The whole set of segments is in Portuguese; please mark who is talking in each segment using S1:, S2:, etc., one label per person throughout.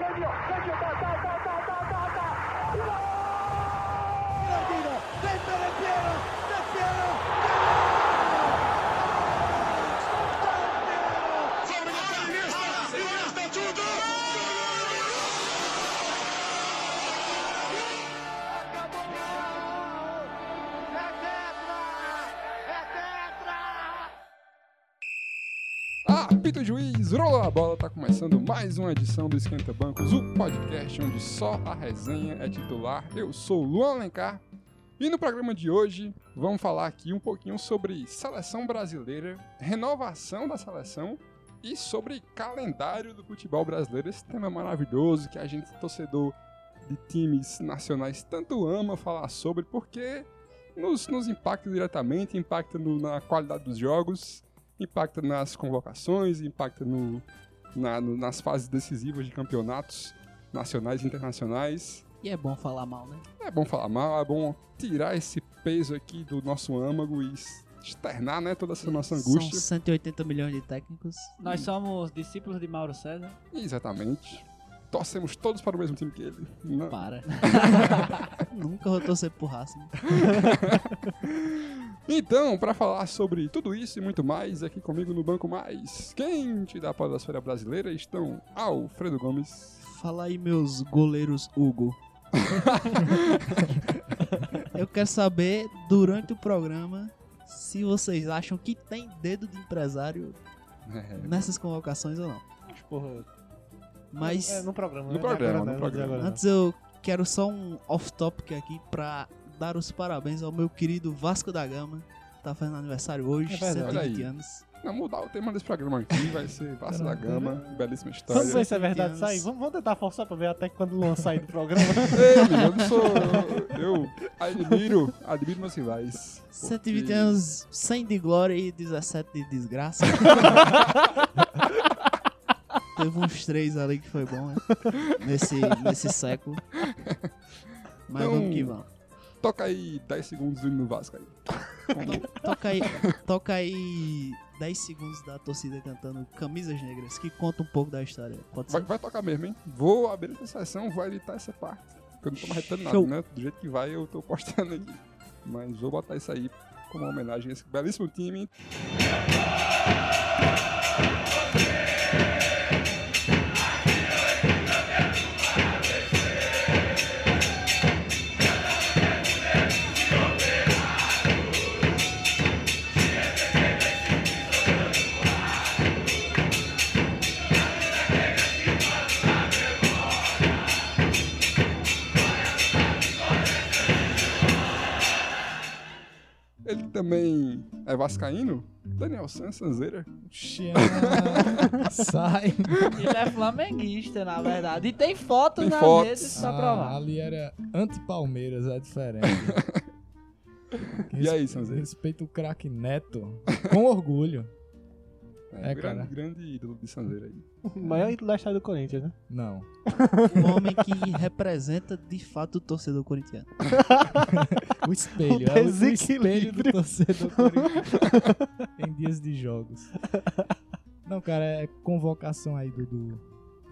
S1: Sérgio Batata, Batata, Batata. Gol! Vem pela Piero, da Piero. Acabou o Mundial. É tetra! É tetra!
S2: Ah, apito juiz, rolou a bola, tá começando mais uma edição do Esquenta Bancos, o podcast onde só a resenha é titular. Eu sou o Luan Alencar e no programa de hoje vamos falar aqui um pouquinho sobre seleção brasileira, renovação da seleção e sobre calendário do futebol brasileiro. Esse tema é maravilhoso que a gente, torcedor de times nacionais, tanto ama falar sobre porque nos, nos impacta diretamente, impacta no- na qualidade dos jogos impacta nas convocações, impacta no, na- no- nas fases decisivas de campeonatos nacionais e internacionais.
S3: E é bom falar mal, né?
S2: É bom falar mal, é bom tirar esse peso aqui do nosso âmago e externar né, toda essa nossa angústia.
S3: São 180 milhões de técnicos. Hum,
S4: Nós somos discípulos de Mauro César.
S2: Exatamente. Torcemos todos para o mesmo time que ele. né? Não.
S3: Para. Nunca vou torcer pro Racing.
S2: Então, para falar sobre tudo isso e muito mais, aqui comigo no Banco Mais Quente da Podosfera Brasileira estão Alfredo Gomes.
S3: Fala aí, meus goleiros Hugo. Eu quero saber, durante o programa, se vocês acham que tem dedo de empresário
S2: né,
S3: nessas convocações ou não.
S5: Porra,
S3: Mas
S5: É, no programa,
S2: No
S5: né?
S2: programa,
S5: Agora
S2: no
S5: não, vou dizer
S2: programa.
S5: agora não.
S3: antes eu quero só um off-topic aqui pra dar os parabéns ao meu querido Vasco da Gama. Tá fazendo aniversário hoje,
S5: É verdade.
S2: Olha aí.
S3: 120 anos.
S2: Não, mudar o tema desse programa aqui vai ser Vasco da Gama, belíssima história.
S5: Vamos ver se é verdade isso aí.
S3: anos.
S5: Vamos, vamos tentar forçar pra ver até quando o Luan sair do programa.
S2: Ei, menino, eu não sou. Eu admiro, admiro meus rivais.
S3: 120
S2: Porque-
S3: anos, 100 de glória e 17 de desgraça. Teve uns três ali que foi bom, né? Nesse, nesse século. Mas
S2: Então,
S3: vamos que vamos.
S2: Toca aí 10 segundos do hino do Vasco aí. Então,
S3: Toca aí, toca aí 10 segundos da torcida cantando Camisas Negras, que conta um pouco da história. Pode
S2: Vai,
S3: ser?
S2: vai tocar mesmo, hein? Vou abrir essa sessão, vou editar essa parte. Porque eu não tô mais retendo nada,
S3: Show.
S2: né? Do jeito que vai, eu tô postando aqui. Mas vou botar isso aí como uma homenagem a esse belíssimo time. Ele também é vascaíno. Daniel San Sanzeira.
S6: Sai.
S4: Ele é flamenguista, na verdade. E tem foto
S2: Tem
S4: na
S2: fotos.
S4: rede pra
S6: Ah,
S4: provar.
S6: ali era anti-Palmeiras, é diferente.
S2: E aí, Sanzeira?
S6: Respeito o craque Neto, com orgulho.
S2: É,
S6: É,
S2: grande,
S6: cara.
S2: grande ídolo de Sanzeira aí.
S5: O maior ídolo da história do Corinthians, né?
S6: Não.
S3: Um homem que representa de fato o torcedor corintiano.
S6: O espelho. é o espelho do
S5: desequilíbrio.
S6: torcedor corintiano em dias de jogos. Não, cara, é convocação aí, Dudu.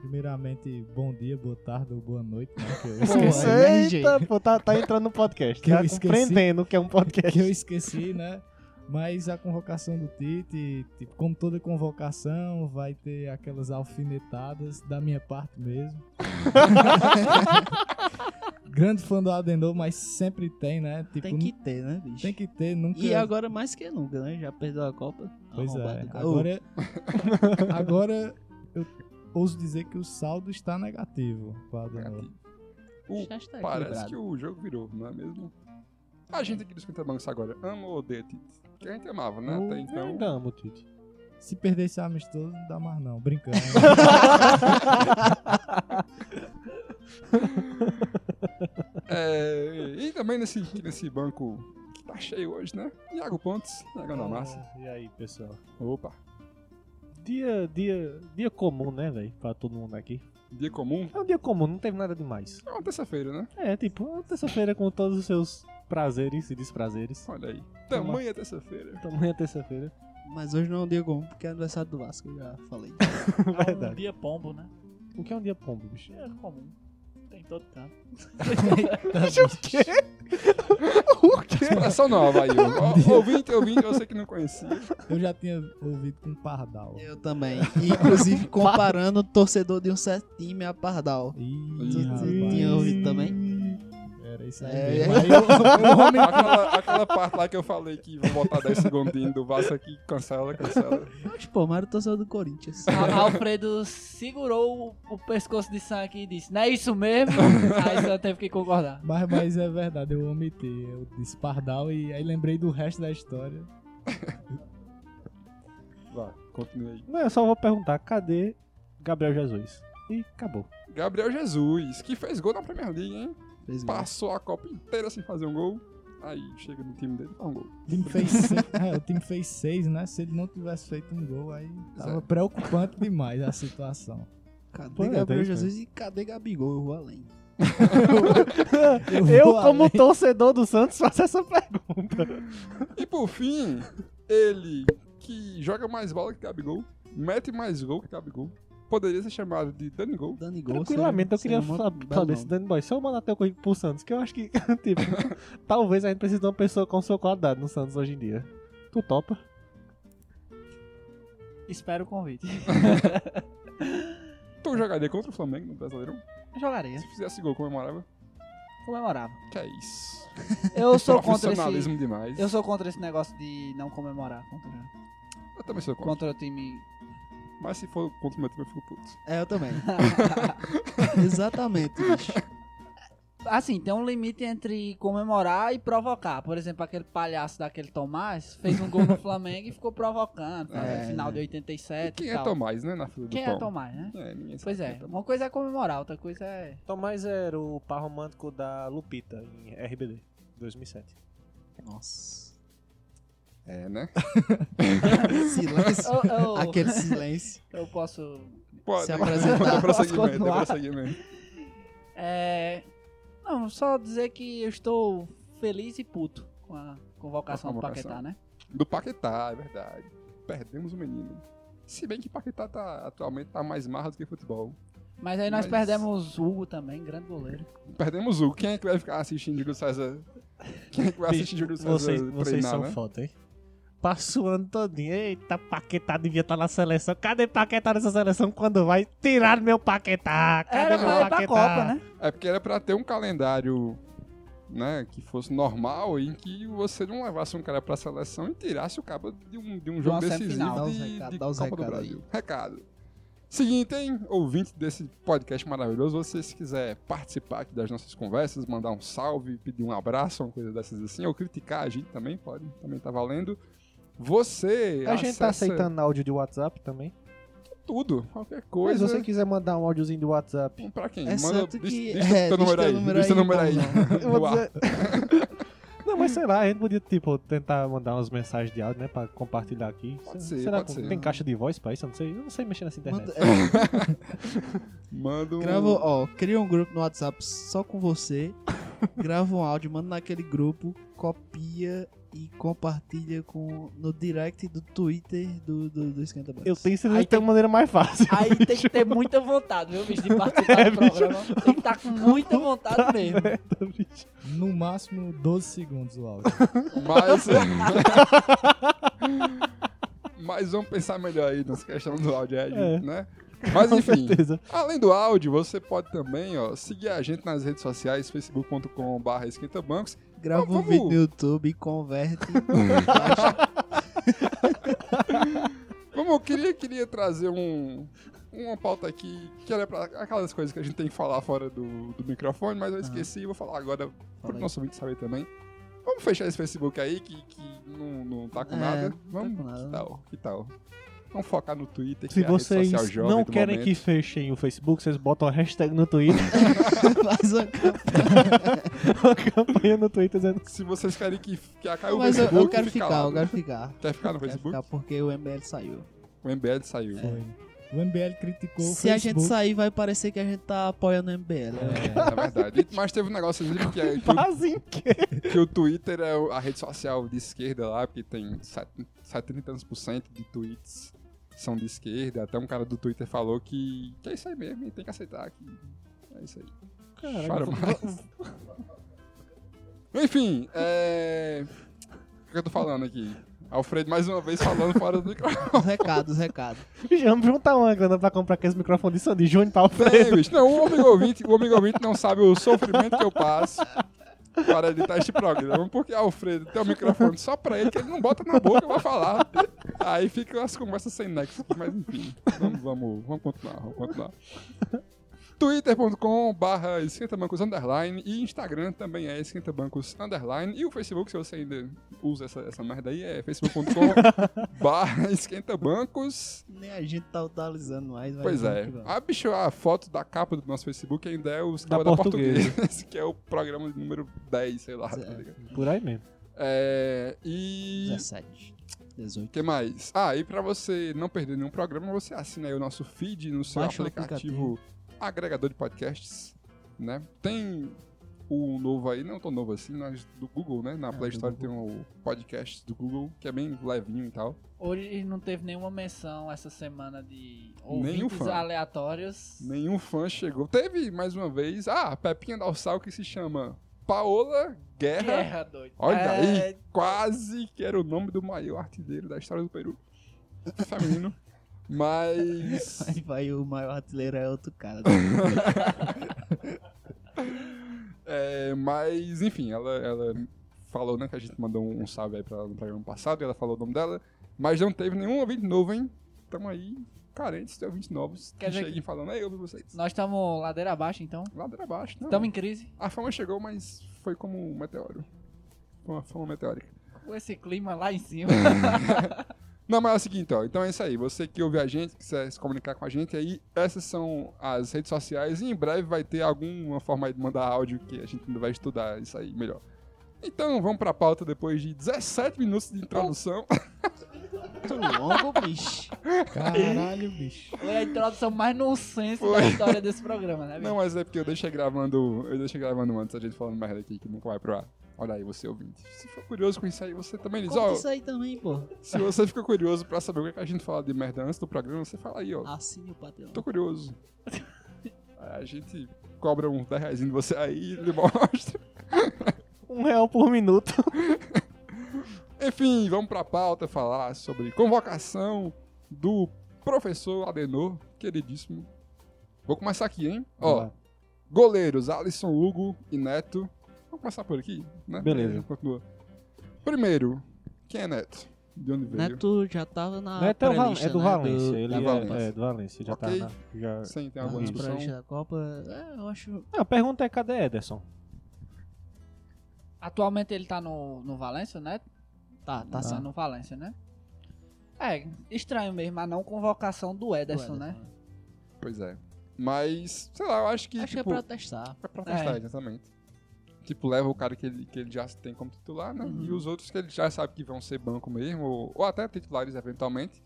S6: Primeiramente, bom dia, boa tarde ou boa noite, né? Que eu esqueci.
S3: é. né,
S5: Eita, pô, tá, tá entrando no podcast.
S6: Que eu
S5: tá
S6: esqueci.
S5: compreendendo que é um podcast.
S6: que eu esqueci, né? Mas a convocação do Tite, tipo, como toda convocação, vai ter aquelas alfinetadas da minha parte mesmo. Grande fã do Adenor, mas sempre tem, né? Tipo,
S3: Tem que ter, né, bicho?
S6: tem que ter, nunca.
S3: E agora mais que nunca, né? Já perdeu a Copa. tá
S6: Pois
S3: Arrombado
S6: é.
S3: do cara.
S6: Agora, agora eu ouso dizer que o saldo está negativo para Adenor.
S2: O
S3: Já está
S2: Parece
S3: tá equilibrado.
S2: que o jogo virou, não é mesmo? A gente aqui do Esquenta Bancos agora ama ou odeia Tite? Que a gente amava, né?
S5: Hum,
S2: Até então.
S5: Ainda amo o Tite.
S6: Se perder esse amistoso, não dá mais não, brincando.
S2: É, e também nesse, nesse banco que tá cheio hoje, né? Iago Pontes, Iago da Massa.
S5: Ah, E aí, pessoal?
S2: Opa,
S5: Dia, dia, dia comum, né, velho? Pra todo mundo aqui.
S2: dia comum.
S5: É um dia comum, não teve nada demais.
S2: É uma terça-feira, né?
S5: É, tipo, uma terça-feira com todos os seus prazeres e desprazeres.
S2: Olha aí. Tamanha terça-feira.
S5: Tamanha terça-feira.
S3: Mas hoje não é um dia bom, porque é aniversário do Vasco, eu já falei.
S4: É um
S5: Verdade.
S4: dia pombo, né?
S5: O que é um dia pombo, bicho?
S4: É comum. Tem todo canto.
S2: Expressão nova aí. ó. Ó, Ouvinte, ouvinte, você que não conhecia.
S6: Eu já tinha ouvido com pardal.
S3: Eu também. E, inclusive, comparando o torcedor de um certo time a Pardal.
S6: Ih,
S3: tu
S6: rapaz.
S3: tinha ouvido também?
S6: Era isso aí.
S3: É,
S6: mesmo. Aí eu- o homem-
S2: Aquela, aquela parte lá que eu falei que vou botar 10 segundinhos do Vasco aqui, cancela, cancela.
S3: Mas, pô, mas era o torcedor do Corinthians.
S4: A- Alfredo segurou o, o pescoço de Sam aqui e disse: Não é isso mesmo? Aí Sam teve que concordar.
S6: Mas, mas é verdade, eu omiti. Eu disse pardal e aí lembrei do resto da história.
S2: Vai, continue aí.
S5: Não, eu só vou perguntar, cadê Gabriel Jesus? E acabou.
S2: Gabriel Jesus, que fez gol na Premier League, hein?
S3: Fez mal.
S2: Passou a Copa inteira sem fazer um gol. Aí chega no time dele, faz um gol.
S6: O time fez seis, é, o time fez seis, né? Se ele não tivesse feito um gol, aí tava
S2: Exato.
S6: preocupante demais a situação.
S3: Cadê
S5: Pô, é,
S3: Gabriel
S5: tem isso,
S3: Jesus e cadê Gabigol? Eu vou além.
S6: Eu,
S5: Eu,
S6: vou
S5: como
S6: além.
S5: torcedor do Santos, faço essa pergunta.
S2: E por fim, ele que joga mais bola que Gabigol, mete mais gol que Gabigol, poderia ser chamado de Dani Gol.
S3: Dani Gol.
S5: Tranquilamente, eu
S3: seria-
S5: queria
S3: seria um
S5: sa-
S3: belo
S5: saber se
S3: nome.
S5: Dani Boy, se eu mandar teu currículo pro Santos, que eu acho que, tipo, talvez a gente precise de uma pessoa com sua qualidade no Santos hoje em dia. Tu topa?
S4: Espero o convite.
S2: Tu jogaria contra o Flamengo no Brasileirão?
S4: Eu jogaria.
S2: Se fizesse gol, comemorava?
S4: Comemorava.
S2: Que é isso.
S4: Eu sou contra esse.
S2: Profissionalismo demais.
S4: Eu sou contra esse negócio de não comemorar contra,
S2: Eu também sou contra.
S4: contra o time.
S2: Mas se for contra o meu time, eu fico puto.
S3: É, eu também. Exatamente, bicho.
S4: Assim, tem um limite entre comemorar e provocar. Por exemplo, aquele palhaço daquele Tomás fez um gol no Flamengo e ficou provocando. Tá?
S3: É,
S4: final
S3: né?
S4: de
S2: E
S4: 87
S2: quem
S4: e
S2: é
S4: tal.
S2: Tomás, né? Na fila do
S4: Quem
S2: pão.
S4: é Tomás, né?
S2: É, ninguém sabe
S4: Pois
S2: quem
S4: é, uma coisa é comemorar, outra coisa é.
S5: Tomás era o par romântico da Lupita, em RBD, 2007.
S3: Nossa.
S2: É, né?
S3: Silêncio.
S4: Eu, eu-
S3: Aquele silêncio.
S4: eu posso.
S2: Pode.
S3: Se apresentar.
S2: Deu
S4: Posso
S2: prosseguimento, deu
S4: continuar?
S2: prosseguimento.
S4: É. Não, só dizer que eu estou feliz e puto com a convocação
S2: Com a
S4: do
S2: convocação.
S4: Paquetá, né?
S2: Do Paquetá, é verdade. Perdemos o menino. Se bem que Paquetá tá, atualmente tá mais marra do que futebol.
S4: Mas aí nós
S2: Mas-
S4: perdemos Hugo também, grande goleiro.
S2: Perdemos o. Quem é que vai ficar assistindo Júlio César? Quem é que vai assistir Júlio César
S5: Vocês,
S2: treinar,
S5: vocês são
S2: né?
S5: foda, hein? Passa o ano todinho. Eita, Paquetá devia estar na seleção. Cadê Paquetá nessa seleção quando vai? Tiraram meu Paquetá. Cadê
S4: Era
S5: meu
S4: pra ir pra
S5: Paquetá?
S4: Copa, né?
S2: É porque era pra ter um calendário, né, que fosse normal, em que você não levasse um cara pra seleção e tirasse o cabo de um, de um jogo
S4: Uma
S2: decisivo
S4: semifinal.
S2: de,
S3: Dá os recado-
S2: de
S3: dá os
S2: Copa do
S3: recado
S2: Brasil. Recado. Seguinte, hein, ouvinte desse podcast maravilhoso, você se quiser participar aqui das nossas conversas, mandar um salve, pedir um abraço, uma coisa dessas assim, ou criticar a gente também, pode, também tá valendo. Você
S5: A gente tá
S2: acessa
S5: aceitando áudio de WhatsApp também.
S2: tudo, qualquer
S5: Mas
S2: coisa.
S5: se você quiser mandar um áudiozinho de WhatsApp.
S2: Bom, Pra quem?
S3: Exceto
S2: diz-
S3: é
S2: diz
S3: que-
S2: teu-
S3: é,
S2: teu
S3: diz
S2: número
S3: teu
S2: aí.
S3: número
S2: Diz teu
S3: aí,
S2: número aí.
S5: eu vou
S2: Do ar.
S5: dizer- Não, mas sei lá, a gente podia, tipo, tentar mandar umas mensagens de áudio, né? Pra compartilhar aqui.
S2: Pode
S5: Sei-
S2: ser,
S5: Será
S2: pode
S5: que
S2: ser.
S5: tem caixa de voz pra isso? Eu não sei. Eu não sei mexer nessa internet.
S3: Manda- é,
S2: Manda um...
S3: Grava, ó, cria um grupo no WhatsApp só com você, grava um áudio, manda naquele grupo, copia e compartilha com, no direct do Twitter do, do, do Esquenta Bancos.
S5: Eu tenho certeza
S4: Aí
S5: que tem
S4: tem-
S5: uma maneira mais fácil.
S4: Aí tem que
S2: um
S4: ter muita vontade, viu,
S2: É,
S4: bicho, de participar do programa. Tem que estar com muita vontade
S2: né?
S4: mesmo.
S5: tá
S6: No máximo 12 segundos o áudio.
S2: Mas... Mas vamos pensar melhor aí nessa questão do áudio, aí,
S5: É.
S2: né? Mas
S5: Com
S2: enfim,
S5: certeza.
S2: além do áudio, você pode também ó, seguir a gente nas redes sociais, facebook.com.br esquentabancos.
S3: Grava
S2: Não,
S3: um
S2: vamos-
S3: vídeo no YouTube e converte.
S2: Vamos, eu queria, queria trazer um, uma pauta aqui, que era pra aquelas coisas que a gente tem que falar fora do, do microfone, mas eu esqueci e vou falar agora pro
S3: aí.
S2: nosso ouvinte saber também. Vamos fechar esse Facebook aí, que, que não, não tá com
S3: É,
S2: nada.
S3: não tá
S2: Vamos,
S3: com nada.
S2: que tal? Que tal? Vamos focar no Twitter,
S5: Se
S2: que é a rede social
S5: vocês
S2: jovem
S5: não
S2: do
S5: querem que
S2: momento.
S5: fechem o Facebook, vocês botam a hashtag no Twitter,
S3: Faz uma
S5: uma campanha no Twitter dizendo
S2: Se vocês querem que, que acabe É o
S3: Mas eu,
S2: Facebook,
S3: eu quero
S2: fica
S3: ficar,
S2: lá.
S3: eu quero ficar.
S2: Quer ficar no
S3: Quero
S2: Facebook?
S3: ficar É. porque o MBL saiu.
S2: O Embed saiu.
S6: Foi. O MBL criticou o
S3: Se a gente
S6: Facebook.
S3: sair, vai parecer que a gente tá apoiando o MBL. né?
S2: É verdade. E- Mas teve um negócio ali que, é- que, o-
S5: fazem que?
S2: que o Twitter é a rede social de esquerda lá, porque tem set- 70 anos por cento de tweets que são de esquerda. Até um cara do Twitter falou que, que é isso aí mesmo, e tem que aceitar que é isso aí. Chora mais. Enfim, é... o que eu tô falando aqui? Alfredo mais uma vez falando fora do microfone.
S3: Os recados, os recados.
S5: Vamos juntar uma grana pra comprar aqueles microfones de Sandy Júnior pra
S2: Tem,
S5: Alfredo.
S2: bicho. Não, o amigo ouvinte, o amigo ouvinte não sabe o sofrimento que eu passo para editar este programa, porque Alfredo tem um microfone só pra ele, que ele não bota na boca e vai falar. Aí ficam as conversas sem nexo aqui, mas enfim. Vamos, vamos, vamos continuar, vamos continuar. twitter.com barra esquentabancos underline e Instagram também é esquentabancos underline e o Facebook, se você ainda usa essa, essa merda aí, é facebook.com barra esquentabancos
S3: Nem a gente tá utilizando mais. mas
S2: Pois é.
S3: vamos que vamos.
S2: A, bicho, a foto da capa do nosso Facebook ainda é o
S5: Da
S2: Escola da, Portuguesa, que é o programa número 10, sei lá. tá
S3: Zero.
S2: ligado?
S5: Por aí mesmo.
S2: É, e...
S3: 17, 18.
S2: O que mais? Ah, e pra você não perder nenhum programa, você assina aí o nosso feed no seu
S3: Baixa o
S2: aplicativo agregador de podcasts, né? Tem o novo aí, não tão novo assim, mas do Google, né? Na Play
S3: Ah, do
S2: Store tem o podcast do Google, que é bem levinho e tal.
S4: Hoje não teve nenhuma menção essa semana de ouvintes
S2: fã.
S4: aleatórios.
S2: Nenhum fã chegou. Teve mais uma vez. Ah, a Pepinha Dalsal que se chama Paola Guerra.
S4: Guerra, doido.
S2: Olha
S4: É,
S2: aí, quase que era o nome do maior artilheiro da história do Peru. Feminino. Mas.
S3: Aí vai o maior artilheiro é outro cara.
S2: É, mas, enfim, ela, ela falou, né, que a gente mandou um salve aí pra ela no programa passado, e ela falou o nome dela, mas não teve nenhum ouvinte novo, hein? Tamo aí, carentes de ouvintes novos
S4: Quer
S2: que
S4: dizer que-
S2: cheguem falando, aí, ouve vocês.
S4: Nós estamos ladeira abaixo, então.
S2: Ladeira abaixo, não.
S4: Estamos em crise.
S2: A fama chegou, mas foi como um meteoro. Foi uma fama meteórica.
S4: Com esse clima lá em cima.
S2: Não, mas é o seguinte, ó. Então é isso aí. Você que ouve a gente, quiser se comunicar com a gente aí, essas são as redes sociais. E em breve vai ter alguma forma aí de mandar áudio que a gente ainda vai estudar isso aí melhor. Então vamos pra pauta depois de 17 minutos de introdução.
S3: Tá Muito longo, bicho.
S6: Caralho, bicho.
S4: Foi a introdução mais nonsense da
S2: Foi.
S4: história desse programa, né, bicho?
S2: Não, mas é porque eu deixei gravando. Eu deixei gravando antes a gente falando merda aqui que nunca vai pro ar. Olha aí, você ouvinte. Se for curioso com isso aí, você também diz,
S3: Conta
S2: ó.
S3: isso aí também, pô.
S2: Se você ficou curioso pra saber o que é que a gente fala de merda antes do programa, você fala aí, ó.
S3: Assine o Patreon.
S2: Tô curioso. Aí A gente cobra um 10 reais de você aí e lhe mostra.
S5: Um real por minuto.
S2: Enfim, vamos pra pauta falar sobre convocação do professor Adenor, queridíssimo. Vou começar aqui, hein?
S5: Vai
S2: Ó,
S5: lá.
S2: goleiros Alisson Hugo e Neto. Vamos começar por aqui, né?
S5: Beleza.
S2: Aí a gente Continua. Primeiro, quem é Neto? De onde veio?
S3: Neto é já tava na.
S5: Não é, tão Val-
S3: pré-lista,
S5: é do
S3: né,
S5: Valência. Ele
S2: da
S5: é,
S2: Valência.
S5: é do Valência. Já
S2: Ok.
S5: tá na, já...
S2: Sem ter
S3: Tá
S5: Ah,
S2: alguma
S3: nas
S2: discussão.
S3: pré-listas da Copa. É, eu acho.
S5: Não, a pergunta é cadê Ederson?
S4: Atualmente ele tá no, no Valência, né?
S3: Tá, tá
S4: Tá
S3: sendo.
S4: no Valência, né? É, estranho mesmo, a não convocação do
S3: é,
S4: Ederson, né?
S2: Pois é. Mas, sei lá, eu acho que.
S3: Acho que é
S2: tipo,
S3: pra testar.
S6: Tá
S2: É pra testar,
S4: É.
S2: exatamente. Tipo, leva o cara que ele, que ele já tem como titular, né?
S6: Uhum.
S2: E os outros que ele já sabe que vão ser banco mesmo, ou, ou até titulares eventualmente,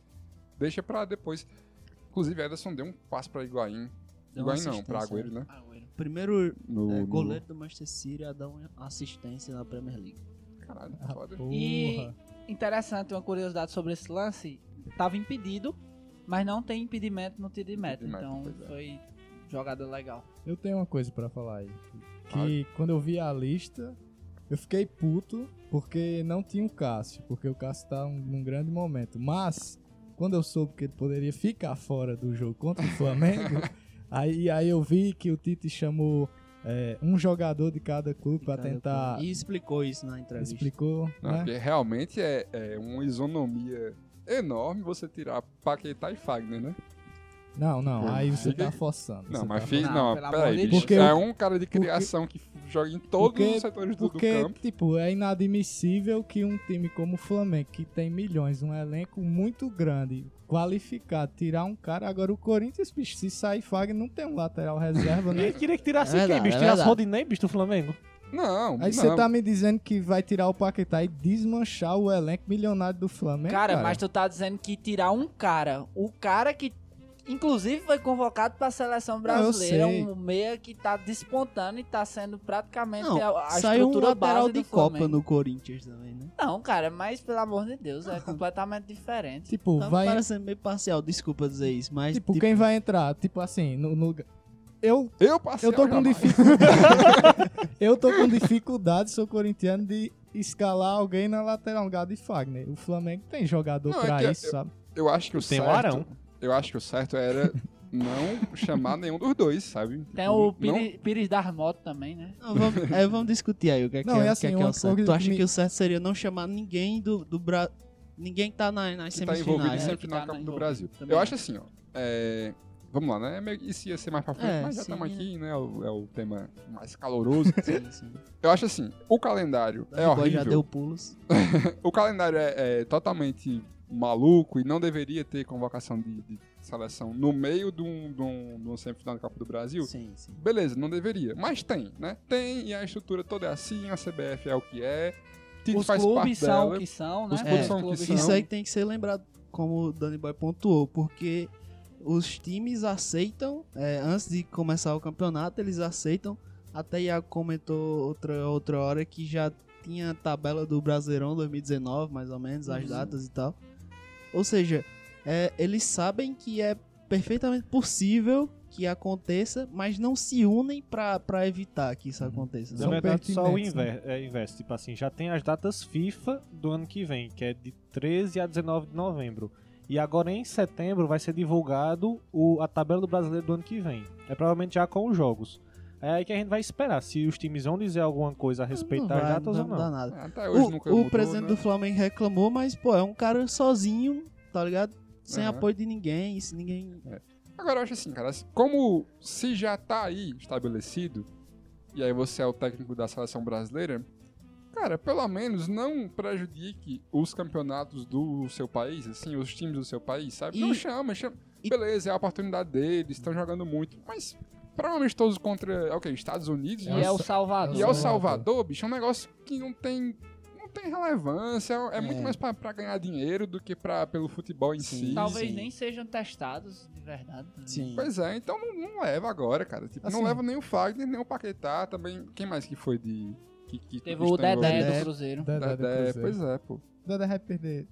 S2: deixa pra depois. Inclusive, Ederson deu um passo pra Higuaín.
S3: Deu
S2: Higuaín
S3: uma
S2: não, pra
S3: assistência,
S2: Agüero, né?
S4: Agüero.
S3: Primeiro
S2: No,
S3: é,
S2: no-
S3: goleiro do Manchester City a dar uma assistência na Premier League.
S2: Caralho,
S6: Ah,
S2: foda.
S4: E
S6: Porra.
S4: interessante, uma curiosidade sobre esse lance, tava impedido, mas não tem impedimento no tiro de meta,
S2: Impedimento,
S4: então
S2: pois é.
S4: foi jogada legal.
S6: Eu tenho uma coisa pra falar aí.
S2: Fale.
S6: Que quando eu vi a lista, eu fiquei puto porque não tinha o Cássio, porque o Cássio tá um- num grande momento. Mas quando eu soube que ele poderia ficar fora do jogo contra o Flamengo, aí, aí eu vi que o Tite chamou é, um jogador de cada clube pra
S3: Cada
S6: tentar.
S3: clube. E explicou isso na entrevista.
S6: Explicou,
S2: Não,
S6: né?
S2: porque realmente é, é uma isonomia enorme você tirar Paquetá e Fagner, né?
S6: Não, não, aí você
S2: Fica-
S6: tá forçando.
S2: Não,
S6: você
S2: mas
S6: tá
S2: fiz,
S4: falando-
S2: não,
S4: Não, pelo amor
S2: peraí,
S4: de
S2: bicho.
S6: Deus.
S2: é
S6: Porque-
S2: um cara de criação que joga em todos
S6: Porque-
S2: os setores do, do
S6: Porque,
S2: campo.
S6: tipo, é inadmissível que um time como o Flamengo, que tem milhões, um elenco muito grande, qualificar, tirar um cara. Agora o Corinthians, bicho, se sair Fagner, não tem um lateral reserva,
S5: Ele
S6: né?
S5: queria que tirasse
S3: É
S5: quem,
S3: verdade,
S5: bicho?
S3: é
S5: tirasse
S3: verdade.
S5: Rodinei, bicho, do Flamengo?
S2: Não,
S6: Aí
S2: não.
S6: você tá me dizendo que vai tirar o Paquetá e desmanchar o elenco milionário do Flamengo.
S4: Cara, mas tu tá dizendo que tirar um cara, o cara que Inclusive foi convocado pra seleção brasileira.
S6: sei.
S4: Um meia que tá despontando e tá sendo praticamente
S3: Não,
S4: a, a
S3: Saiu um
S4: estrutura
S3: lateral
S4: base
S3: de
S4: do
S3: Copa
S4: Flamengo.
S3: no Corinthians também, né?
S4: Não, cara, mas pelo amor de Deus, é completamente diferente.
S6: Tipo,
S3: Tá
S6: vai.
S3: parecendo meio parcial, desculpa dizer isso, mas.
S6: Tipo, quem vai entrar? Tipo assim, no, no- Eu,
S2: Eu passei
S6: eu tô com
S2: jamais.
S6: dificuldade. eu tô com dificuldade, sou corintiano, de escalar alguém na lateral no lugar de Fagner. O Flamengo tem jogador
S2: Não, é
S6: pra
S2: que
S6: isso,
S2: eu-
S6: sabe?
S2: Eu acho que o
S5: Tem o
S2: certo.
S5: Arão.
S2: Eu acho que o certo era não chamar nenhum dos dois, sabe?
S4: Tem É o
S2: Não-
S4: Pires, Pires das Motos também, né?
S3: Não, vamos, é, vamos discutir aí o que é,
S6: Não,
S3: que é, o
S6: é
S3: que é,
S6: assim,
S3: que é
S6: uma
S3: o certo.
S6: coisa
S3: Tu acha
S6: me-
S3: que o certo seria não chamar ninguém do, do Bra... Ninguém que tá na, nas
S2: que tá envolvido
S3: semifinais. É.
S4: né?
S2: sempre
S4: Que
S2: na
S4: tá
S2: Copa do
S4: envolvido
S2: Brasil.
S4: também.
S2: Eu acho assim, ó. é, Vamos lá, né? Meio que Isso ia ser mais pra frente,
S3: É,
S2: mas já
S3: sim,
S2: estamos
S3: né?
S2: aqui, né? É o, é o tema mais caloroso.
S3: Sim, sim.
S2: Eu acho assim, o calendário é
S3: Agora Tipo, já
S2: horrível.
S3: deu pulos.
S2: O calendário é, é totalmente maluco e não deveria ter convocação de, de seleção no meio de um, de um- de um semifinal da Copa do Brasil.
S3: Sim, sim.
S2: Beleza, não deveria. Mas tem, né? Tem, e a estrutura toda é assim, a CBF é o que é. Tite
S4: Os
S2: faz
S4: clubes
S2: parte
S4: são o
S2: dela.
S4: que são, né?
S2: Os clubes
S3: É,
S2: são o que são.
S3: Isso
S4: Então,
S3: aí tem que ser lembrado, como o Danny Boy pontuou, porque os times aceitam, é, antes de começar o campeonato, eles aceitam. Até Iago comentou outra, outra hora que já tinha a tabela do Brasileirão 2019, mais ou menos, as
S4: Uhum.
S3: datas e tal. Ou seja, é, eles sabem que é perfeitamente possível que aconteça, mas não se unem pra pra evitar que isso aconteça. Então,
S6: São
S5: Na verdade, só o
S6: pertinentes,
S3: né?
S5: inverso, é inverso. Tipo assim, já tem as datas FIFA do ano que vem, que é de 13 a 19 de novembro. E agora em setembro vai ser divulgado o- a tabela do brasileiro do ano que vem. É provavelmente já com os jogos. É aí que a gente vai esperar se os times vão dizer alguma coisa a respeito
S3: Não
S5: das
S3: vai-
S5: datas ou
S3: Não dá
S5: não.
S3: nada.
S2: Ah, Até hoje nunca
S3: O, o
S2: mudou,
S3: presidente
S2: né?
S3: do Flamengo reclamou, mas, pô, é um cara sozinho, tá ligado? Sem
S2: Aham.
S3: apoio de ninguém, se ninguém.
S2: Agora eu acho assim, cara, assim, como se já tá aí estabelecido, e aí você é o técnico da seleção brasileira, cara, pelo menos não prejudique os campeonatos do seu país, assim, os times do seu país, sabe? Não
S3: E-
S2: chama, chama.
S3: e-
S2: Beleza, é a oportunidade deles, estão jogando muito, mas para um amistoso contra, é o quê? Estados Unidos
S4: E é o Salvador.
S2: e El
S6: Salvador.
S2: Salvador, bicho, é um negócio que não tem. Não tem relevância, é, muito mais pra, pra ganhar dinheiro do que pra, pelo futebol em
S3: Sim.
S2: si.
S4: Talvez
S3: Sim.
S4: nem sejam testados de verdade. né?
S2: Pois é, então não, não leva agora, cara. Tipo,
S6: Assim.
S2: não leva nem o Fagner, nem o Paquetá, também. Quem mais que foi de. Que, que
S4: Teve
S2: que
S4: o
S2: está envolvido?
S4: Dedé
S6: Dedé.
S4: do Cruzeiro.
S6: Dedé, do
S2: Dedé,
S6: Cruzeiro.
S2: pois é, pô.
S6: Dedé vai perder.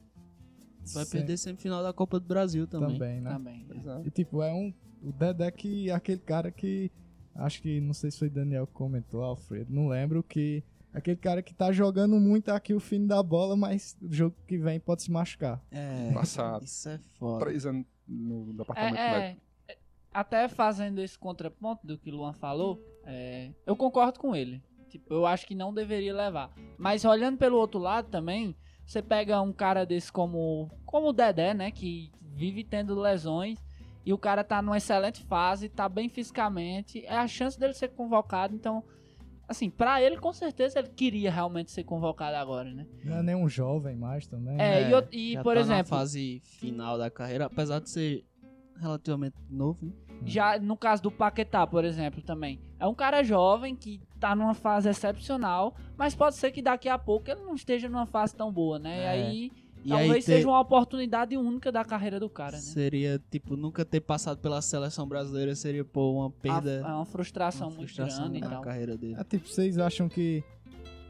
S3: Vai
S6: Sim,
S3: perder semifinal da Copa do Brasil também.
S6: também, né?
S4: Também.
S2: Pois é.
S6: E tipo, é um. O Dedé que é aquele cara que. Acho que não sei se foi Daniel que comentou, Alfredo, não lembro que. Aquele cara que tá jogando muito aqui o fim da bola, mas o jogo que vem pode se machucar.
S3: É.
S2: Passar
S3: Isso é foda.
S2: três anos no, no apartamento
S4: É,
S2: médico.
S4: é, até fazendo esse contraponto do que Luan falou, é, eu concordo com ele. Tipo, eu acho que não deveria levar. Mas olhando pelo outro lado também, você pega um cara desse como, como o Dedé, né? Que vive tendo lesões. E o cara tá numa excelente fase, tá bem fisicamente. É a chance dele ser convocado. Então, assim, pra ele, com certeza, ele queria realmente ser convocado agora, né?
S6: Não
S2: Hum.
S6: é nem um jovem mais também. né?
S4: É, e, eu- e,
S3: Já
S4: por
S3: tá Na
S4: exemplo,
S3: fase final da carreira, apesar de ser relativamente novo. né?
S4: Já no caso do Paquetá, por exemplo, também. É um cara jovem que tá numa fase excepcional, mas pode ser que daqui a pouco ele não esteja numa fase tão boa, né?
S3: É.
S4: E aí
S3: E
S4: talvez
S3: aí ter-
S4: seja uma oportunidade única da carreira do cara, né?
S3: seria, tipo, nunca ter passado pela seleção brasileira seria, pô, uma
S4: A-
S3: perda.
S4: é uma frustração
S3: uma
S4: muito
S3: frustração
S4: grande
S3: né,
S4: e
S3: na
S4: tal.
S3: carreira dele.
S6: É tipo, vocês acham que.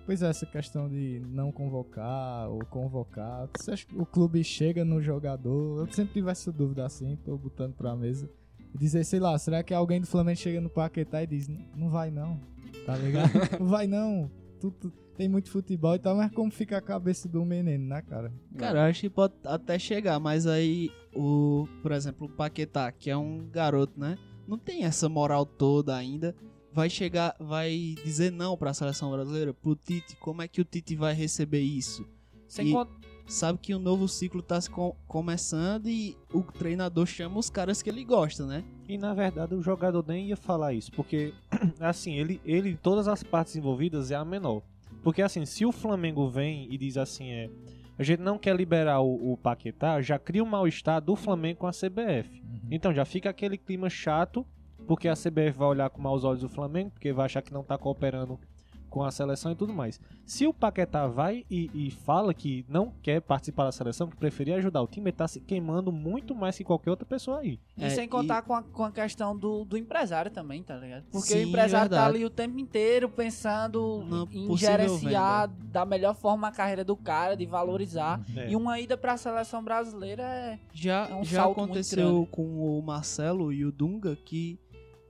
S6: Pois é, essa questão de não convocar ou convocar. Você acha que o clube chega no jogador? Eu sempre tive essa dúvida assim, tô botando pra mesa. E dizer, sei lá, será que alguém do Flamengo chega no Paquetá e diz, "N- não vai não, tá ligado? não vai não. Tu, tu- tem muito futebol e tal, mas como fica a cabeça do menino, né, cara?
S3: Cara, eu acho que pode até chegar, mas aí o, por exemplo, o Paquetá, que é um garoto, né? Não tem essa moral toda ainda. Vai chegar, vai dizer não pra seleção brasileira, pro Tite, como é que o Tite vai receber isso?
S4: Sem
S3: E-
S4: con-
S3: Sabe que o novo ciclo tá se com- começando e o treinador chama os caras que ele gosta, né?
S5: E na verdade o jogador nem ia falar isso, porque assim, ele, ele de todas as partes envolvidas é a menor. Porque assim, se o Flamengo vem e diz assim, é, a gente não quer liberar o, o Paquetá, já cria um mal-estar do Flamengo com a CBF. Então já fica aquele clima chato, porque a CBF vai olhar com maus olhos o Flamengo, porque vai achar que não tá cooperando com a seleção e tudo mais. Se o Paquetá vai e, e fala que não quer participar da seleção, que preferia ajudar o time, ele tá se queimando muito mais que qualquer outra pessoa aí.
S4: E
S3: É,
S4: sem
S3: e-
S4: contar com, a, com a questão do, do empresário também, tá ligado? Porque o
S3: Sim,
S4: empresário tá
S3: verdade.
S4: ali o tempo inteiro pensando
S3: Não,
S4: em
S3: possível
S4: gerenciar da melhor forma a carreira do cara, de valorizar.
S5: É.
S4: E uma ida pra seleção brasileira é.
S3: Já,
S4: É um
S3: já
S4: salto muito
S3: aconteceu
S4: grande.
S3: com o Marcelo e o Dunga que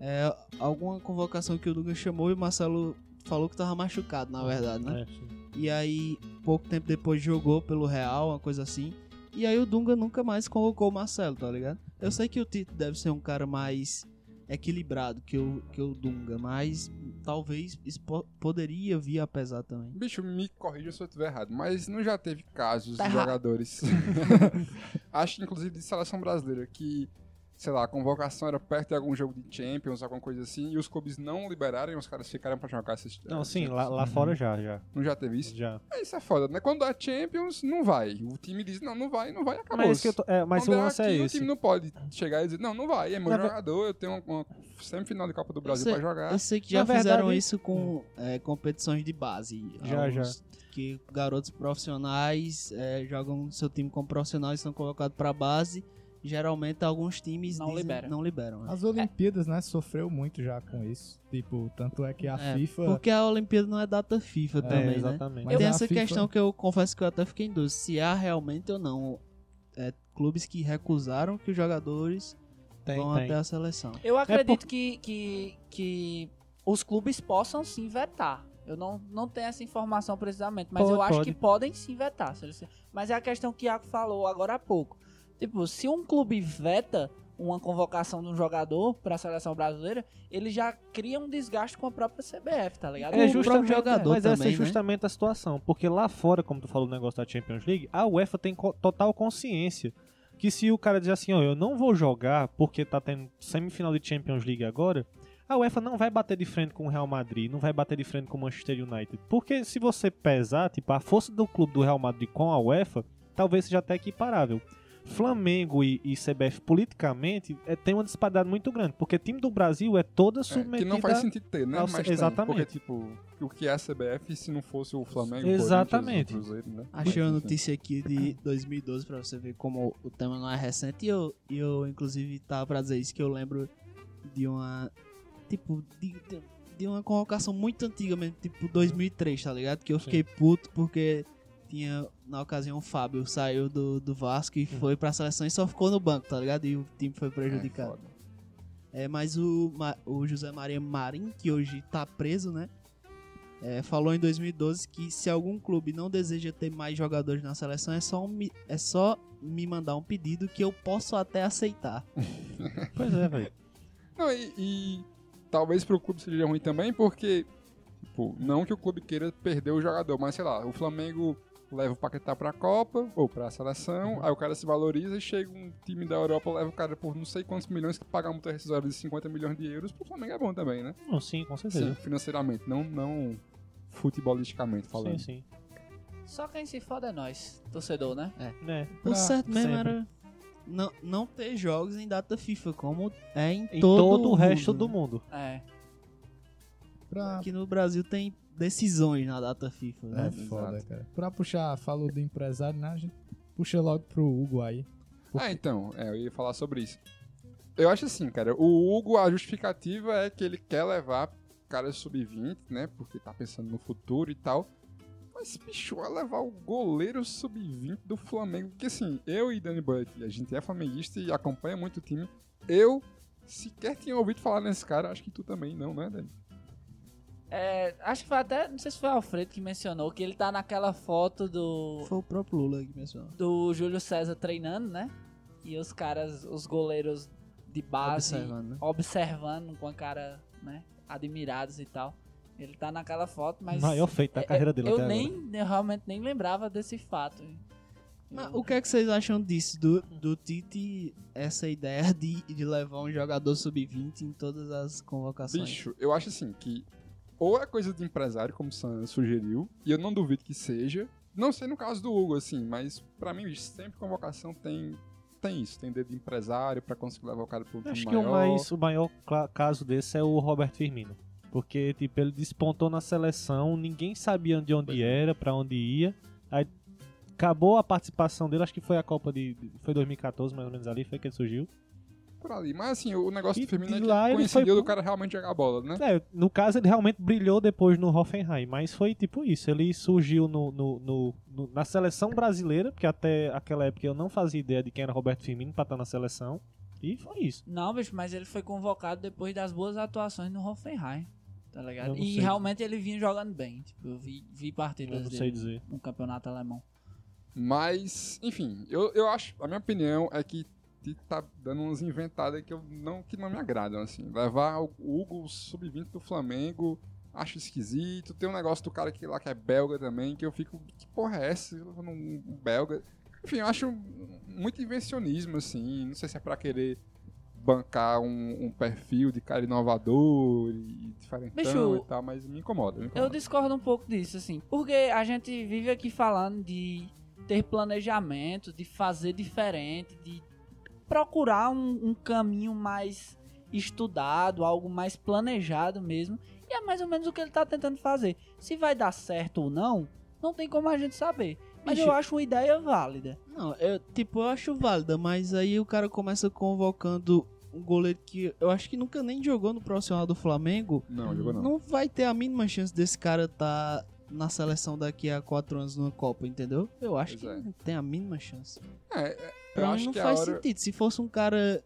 S3: é, alguma convocação que o Dunga chamou e o Marcelo falou que tava machucado, na verdade, né?
S5: É, sim.
S3: E aí, pouco tempo depois, jogou pelo Real, uma coisa assim. E aí o Dunga nunca mais convocou o Marcelo, tá ligado? Eu sei que o Tito deve ser um cara mais equilibrado que o, que o Dunga, mas talvez isso po- poderia vir a pesar também.
S2: Bicho, me corrija se eu estiver errado, mas não já teve casos
S4: Tá
S2: de
S4: errado.
S2: jogadores. Acho, inclusive, de seleção brasileira, que, sei lá, a convocação era perto de algum jogo de Champions, alguma coisa assim, e os clubes não liberaram e os caras ficaram pra jogar esses.
S5: Não, sim, lá, lá fora já, já.
S2: Não já teve isso?
S5: já.
S2: É, isso é foda, né? Quando dá Champions, não vai. O time diz, não, não vai, não vai, acabou.
S5: Mas, esse que eu tô- é, mas o
S2: Quando é
S5: lance é
S2: aqui, O
S5: esse.
S2: time não pode chegar e dizer, não, não vai, é meu
S5: Na ver-
S2: jogador, eu tenho uma, uma semifinal de Copa do Brasil
S3: sei-
S2: pra jogar.
S3: Eu sei que
S5: Na
S3: já fizeram
S5: verdade- hum.
S3: isso com é, competições de base.
S5: Já,
S3: Alguns Que garotos profissionais é, jogam seu time como profissional e são colocados pra base. Geralmente alguns times
S4: Não
S3: dizem-
S4: liberam.
S3: Não liberam.
S5: Ah,
S3: né?
S6: As Olimpíadas, né, sofreu muito já com isso. Tipo, tanto é que a
S3: É,
S6: FIFA.
S3: Porque a Olimpíada não é data FIFA
S5: É,
S3: também, né?
S5: exatamente.
S6: Mas
S3: Tem
S6: a
S3: essa
S6: FIFA
S3: questão que eu confesso que eu até fiquei em dúvida se há realmente ou não é, clubes que recusaram que os jogadores
S5: Tem,
S3: vão
S5: tem.
S3: até a seleção.
S4: Eu acredito que, que, que os clubes possam sim vetar. Eu não, não tenho essa informação precisamente, mas
S5: Pode,
S4: eu acho
S5: pode.
S4: que podem sim vetar. se eles- Mas é a questão que o Iago falou agora há pouco. Tipo, se um clube veta uma convocação de um jogador pra seleção brasileira, ele já cria um desgaste com a própria CBF, tá ligado?
S3: É
S4: O
S3: justo-
S4: próprio
S3: jogador
S5: mas essa é
S3: também, né?
S5: justamente a situação, porque lá fora, como tu falou do negócio da Champions League, a UEFA tem co- total consciência que se o cara diz assim, ó, eu não vou jogar porque tá tendo semifinal de Champions League agora, a UEFA não vai bater de frente com o Real Madrid, não vai bater de frente com o Manchester United, porque se você pesar, tipo, a força do clube do Real Madrid com a UEFA, talvez seja até equiparável. Flamengo e, e CBF politicamente é, tem uma disparidade muito grande, porque time do Brasil é toda
S2: É,
S5: submetida
S2: que não faz sentido ter, né?
S5: ao-
S2: Mas tem,
S5: exatamente.
S2: porque, tipo, o que é a CBF se não fosse o Flamengo,
S5: Exatamente.
S2: o Corinthians, o Cruzeiro, né?
S3: Achei uma
S2: Mas, enfim.
S3: notícia aqui de 2012 pra você ver como o tema não é recente. E eu, e eu inclusive, tava pra dizer isso que eu lembro de uma. Tipo, de, de- de uma convocação muito antiga mesmo, tipo 2003, tá ligado? Que eu fiquei puto porque tinha, na ocasião, o Fábio saiu do, do Vasco e foi pra seleção e só ficou no banco, tá ligado? E o time foi
S2: É,
S3: prejudicado.
S2: foda.
S3: É, mas o, Ma- o José Maria Marim, que hoje tá preso, né? é, falou em 2012 que se algum clube não deseja ter mais jogadores na seleção, é só, um mi- é só me mandar um pedido que eu posso até aceitar.
S5: Pois é, velho.
S2: Não, e, e talvez pro clube seja ruim também, porque, tipo, não que o clube queira perder o jogador, mas sei lá, o Flamengo leva o Paquetá pra Copa ou pra seleção, aí o cara se valoriza e chega um time da Europa, leva o cara por não sei quantos milhões que paga multa rescisória de 50 milhões de euros, pro Flamengo é bom também, né?
S5: Não, sim, com
S2: Sim,
S5: certeza.
S2: financeiramente, não, não futebolisticamente falando.
S5: Sim, sim.
S4: Só quem se foda é nós, torcedor, né?
S5: É.
S3: O
S5: Ah,
S3: certo mesmo
S5: sempre.
S3: era não, não ter jogos em data FIFA, como é em,
S5: Em todo,
S3: todo,
S5: o resto
S3: mundo,
S5: do
S3: né?
S5: mundo.
S4: É.
S6: Pra...
S3: Aqui no Brasil tem decisões na data FIFA, né?
S6: É foda, cara. Pra puxar, falou do empresário, né? A gente puxa logo pro Hugo aí.
S2: Ah, então, é, eu ia falar sobre isso. Eu acho assim, cara, o Hugo, a justificativa é que ele quer levar cara sub-20, né? Porque tá pensando no futuro e tal. Mas, bicho, vai levar o goleiro sub-20 do Flamengo. Porque, assim, eu e Dani Buck, a gente é flamenguista e acompanha muito o time. Eu sequer tinha ouvido falar nesse cara. Acho que tu também não, né, Dani?
S4: É, acho que foi até, não sei se foi o Alfredo que mencionou, que ele tá naquela foto do,
S3: Foi o próprio Lula que mencionou.
S4: do Júlio César treinando, né? E os caras, os goleiros de base observando,
S3: Observando, né?
S4: com a cara, né? Admirados e tal. Ele tá naquela foto, mas.
S5: Maior feito da
S4: é-
S5: carreira dele
S4: Eu
S5: até
S4: nem,
S5: agora.
S4: eu realmente nem lembrava desse fato.
S3: Mas
S4: Eu-
S3: o que é que vocês acham disso? Do, do Tite, essa ideia de, de levar um jogador sub-20 em todas as convocações?
S2: Bicho, eu acho assim que ou é coisa de empresário, como o Sam sugeriu, e eu não duvido que seja. Não sei no caso do Hugo, assim, mas pra mim, bicho, sempre convocação tem, tem isso. Tem dedo de empresário pra conseguir levar o cara pro time
S5: Acho que é o
S2: maior.
S5: mais, o maior cla- caso desse é o Roberto Firmino. Porque, tipo, ele despontou na seleção, ninguém sabia de onde
S2: é.
S5: era, pra onde ia. Aí acabou a participação dele, acho que foi a Copa de. de- Foi 2014, mais ou menos ali, foi que ele surgiu.
S2: Por ali. Mas assim, o negócio
S5: E
S2: do Firmino
S5: de
S2: é que
S5: lá ele
S2: coincidiu
S5: foi-
S2: do cara realmente jogar bola, né?
S5: É, no caso, ele realmente brilhou depois no Hoffenheim, mas foi tipo isso. Ele surgiu no, no- no- no- na seleção brasileira, porque até aquela época eu não fazia ideia de quem era Roberto Firmino pra estar na seleção. E foi isso.
S4: Não, bicho, mas ele foi convocado depois das boas atuações no Hoffenheim. Tá ligado?
S5: Eu não
S4: E
S5: sei.
S4: realmente ele vinha jogando bem. Tipo, eu vi, vi partidas
S5: Eu não
S4: dele
S5: sei dizer.
S4: no campeonato alemão.
S2: Mas, enfim, eu, eu acho, a minha opinião é que Tite tá dando umas inventadas que, eu não, que não me agradam, assim. Levar o Hugo sub-20 do Flamengo, acho esquisito. Tem um negócio do cara que lá que é belga também, que eu fico, que porra é essa? Levando um um belga. Enfim, eu acho muito invencionismo, assim. Não sei se é pra querer bancar um, um perfil de cara inovador e diferentão
S4: Bicho,
S2: e tal, mas me incomoda. Me incomoda.
S4: Eu discordo um pouco disso, assim. Porque a gente vive aqui falando de ter planejamento, de fazer diferente, de procurar um, um caminho mais estudado, algo mais planejado mesmo. E é mais ou menos o que ele tá tentando fazer. Se vai dar certo ou não, não tem como a gente saber. Mas
S3: Bicho-
S4: eu acho uma ideia válida.
S3: Não, eu, tipo, eu acho válida, mas aí o cara começa convocando um goleiro que eu acho que nunca nem jogou no profissional do Flamengo.
S2: Não, jogou não.
S3: Não vai ter a mínima chance desse cara tá na seleção daqui a quatro anos numa Copa, entendeu? Eu acho
S2: Pois
S3: que não tem a mínima chance.
S2: É, é, eu
S3: Pra mim
S2: acho
S3: não
S2: que a
S3: faz
S2: hora...
S3: sentido. Se fosse um cara,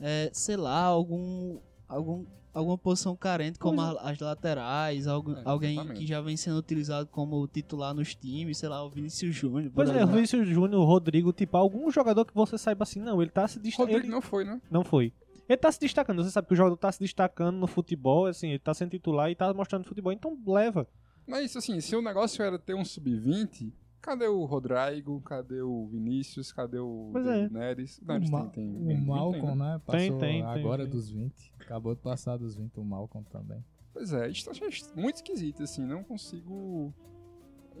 S3: é, sei lá, algum, algum, alguma posição carente, como a- as laterais, algum,
S2: É,
S3: alguém
S2: exatamente.
S3: que já vem sendo utilizado como titular nos times, sei lá, o Vinícius Júnior. por
S5: Pois é, o
S3: exemplo.
S5: Vinícius Júnior, o Rodrigo, tipo, algum jogador que você saiba assim, não, ele tá se destacando.
S2: Rodrigo não foi, né?
S5: Não foi. Ele tá se destacando, você sabe que o jogador tá se destacando no futebol, assim, ele tá sendo titular e tá mostrando futebol, então leva.
S2: Mas isso assim, se o negócio era ter um sub-20, cadê o Rodrigo? Cadê o Vinícius? Cadê o
S5: Pois
S2: David
S5: é.
S2: Neres?
S6: O,
S2: Neres
S6: Ma-
S2: tem, tem,
S6: o
S2: tem- tem,
S6: Malcom,
S2: né?
S6: né? Passou
S5: Tem, tem, tem,
S6: agora
S5: tem.
S6: dos 20. Acabou de passar dos 20 o Malcom também.
S2: Pois é, isso eu achei est- muito esquisito, assim, não consigo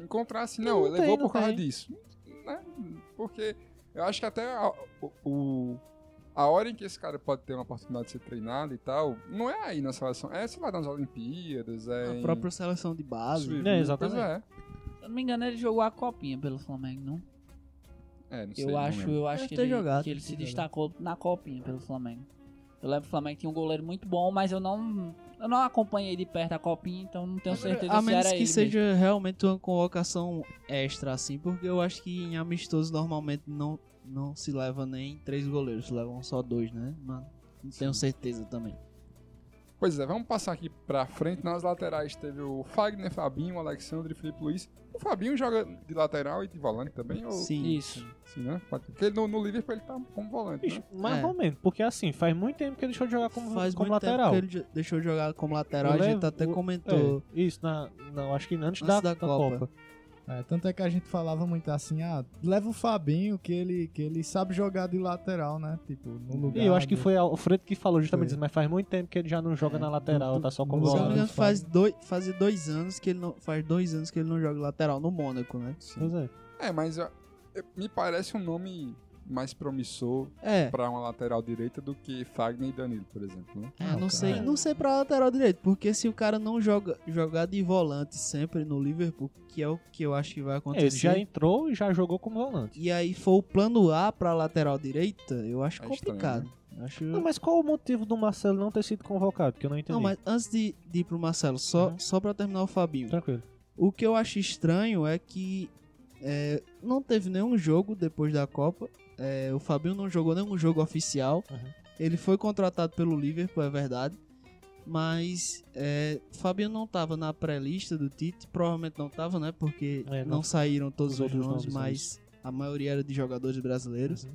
S2: encontrar assim, não,
S5: Não tem,
S2: levou
S5: não
S2: por causa
S5: tem.
S2: disso. Né? Porque eu acho que até a, o- o- a hora em que esse cara pode ter uma oportunidade de ser treinado e tal, não é aí na seleção, é, sei lá, nas Olimpíadas, é
S3: A
S2: em
S3: própria seleção de base.
S2: sub-20,
S5: É, exatamente.
S2: Pois é.
S4: Se eu não me engano, ele jogou a copinha pelo Flamengo, não?
S2: É, não sei,
S4: Eu
S2: não
S4: acho,
S2: lembro.
S4: eu acho
S3: Deve
S4: que
S3: ter
S4: ele,
S3: jogado,
S4: que ele
S3: deve
S4: se
S3: ter
S4: destacou na copinha pelo Flamengo. Eu lembro que o Flamengo tinha um goleiro muito bom, mas eu não, eu não acompanhei de perto a copinha, então não tenho certeza
S3: A
S4: se
S3: menos
S4: era
S3: que
S4: ele.
S3: seja realmente uma convocação extra, assim, porque eu acho que em amistoso normalmente não, não se leva nem três goleiros, levam só dois, né? Mas não tenho certeza também.
S2: Pois é, vamos passar aqui pra frente. Nas laterais teve o Fagner, Fabinho, Alexandre e Felipe Luiz. O Fabinho joga de lateral e de volante também? Ou...
S3: Sim.
S4: mesmo. Isso.
S2: Sim, né? Pode- Porque no, no Liverpool ele tá como volante,
S5: Bicho,
S2: né?
S5: mais
S3: É.
S5: ou menos, porque assim, faz muito tempo que ele deixou de jogar como,
S3: Faz
S5: como
S3: muito
S5: lateral.
S3: tempo que ele jo- deixou de jogar como lateral, a
S5: Ele
S3: gente
S5: é-
S3: até
S5: o-
S3: comentou.
S5: É, isso, na, não, acho que antes,
S3: Antes
S5: da,
S3: da
S5: da Copa.
S3: Copa.
S6: É, tanto é que a gente falava muito assim, ah, leva o Fabinho, que ele, que ele sabe jogar de lateral, né? Tipo, no lugar.
S5: E eu acho que
S6: do-
S5: foi o Fred que falou justamente
S6: Foi.
S5: isso, mas faz muito tempo que ele já não joga
S3: É,
S5: na lateral,
S6: do-
S5: tá só
S6: do
S5: como
S3: Se eu
S6: Gonzalo
S3: não me
S5: volante.
S3: engano,
S6: Fagner.
S3: faz dois, faz dois anos que ele não. Faz dois anos que ele não joga lateral no Mônaco, né?
S5: Pois é.
S2: É, mas ó, eu- me parece um nome mais promissor
S3: É.
S2: pra uma lateral direita do que Fagner e Danilo, por exemplo. né?
S3: É, não
S6: Ah,
S3: sei,
S6: cara.
S3: não sei pra lateral direito, porque se o cara não joga jogar de volante sempre no Liverpool, que é o que eu acho que vai
S5: É, Ele já
S3: acontecer,
S5: entrou e já jogou como volante.
S3: e aí for o plano A pra lateral direita, eu acho
S2: É estranho,
S3: complicado. Acho...
S5: Não, mas qual o motivo do Marcelo não ter sido convocado? Porque eu não entendi.
S3: Não, mas antes de, de ir pro Marcelo, só,
S5: Uhum.
S3: só pra terminar o Fabinho.
S5: Tranquilo.
S3: O que eu acho estranho é que é, não teve nenhum jogo depois da Copa. É, o Fabinho não jogou nenhum jogo oficial.
S5: Uhum.
S3: Ele foi contratado pelo Liverpool, é verdade. Mas é, o Fabinho não estava na pré-lista do Tite. Provavelmente não estava, né? Porque
S5: É,
S3: não,
S5: não-
S3: saíram todos os
S5: todos
S3: outros
S5: os
S3: nomes,
S5: nomes,
S3: mas a maioria era de jogadores brasileiros.
S5: Uhum.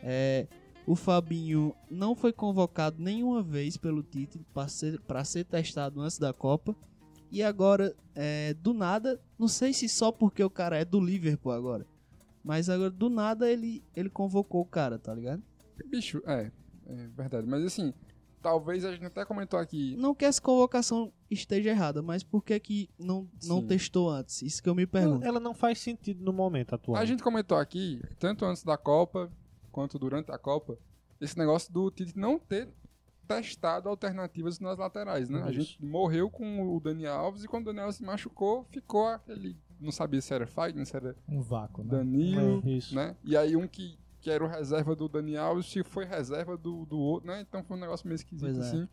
S3: É, o Fabinho não foi convocado nenhuma vez pelo Tite para ser, pra ser testado antes da Copa. E agora, é, do nada, não sei se só porque o cara é do Liverpool agora, mas agora do nada ele, ele convocou o cara, tá ligado?
S2: Bicho, é, é verdade. Mas assim, talvez a gente até comentou aqui.
S3: Não que essa convocação esteja errada, mas por que que não, não
S2: Sim.
S3: testou antes? Isso que eu me pergunto.
S5: Ela, ela não faz sentido no momento atual.
S2: A gente comentou aqui, tanto antes da Copa quanto durante a Copa, esse negócio do Tite não ter testado alternativas nas laterais, né? A
S4: Isso.
S2: gente morreu com o Dani Alves e quando o Dani Alves se machucou, ficou aquele. Não sabia se era Fagner, se era
S6: Um vácuo, né?
S2: Danilo,
S5: É, isso.
S2: né? E aí um que, que era o reserva do Dani Alves se foi reserva do, do outro, né? Então foi um negócio meio esquisito,
S3: Pois é.
S2: assim.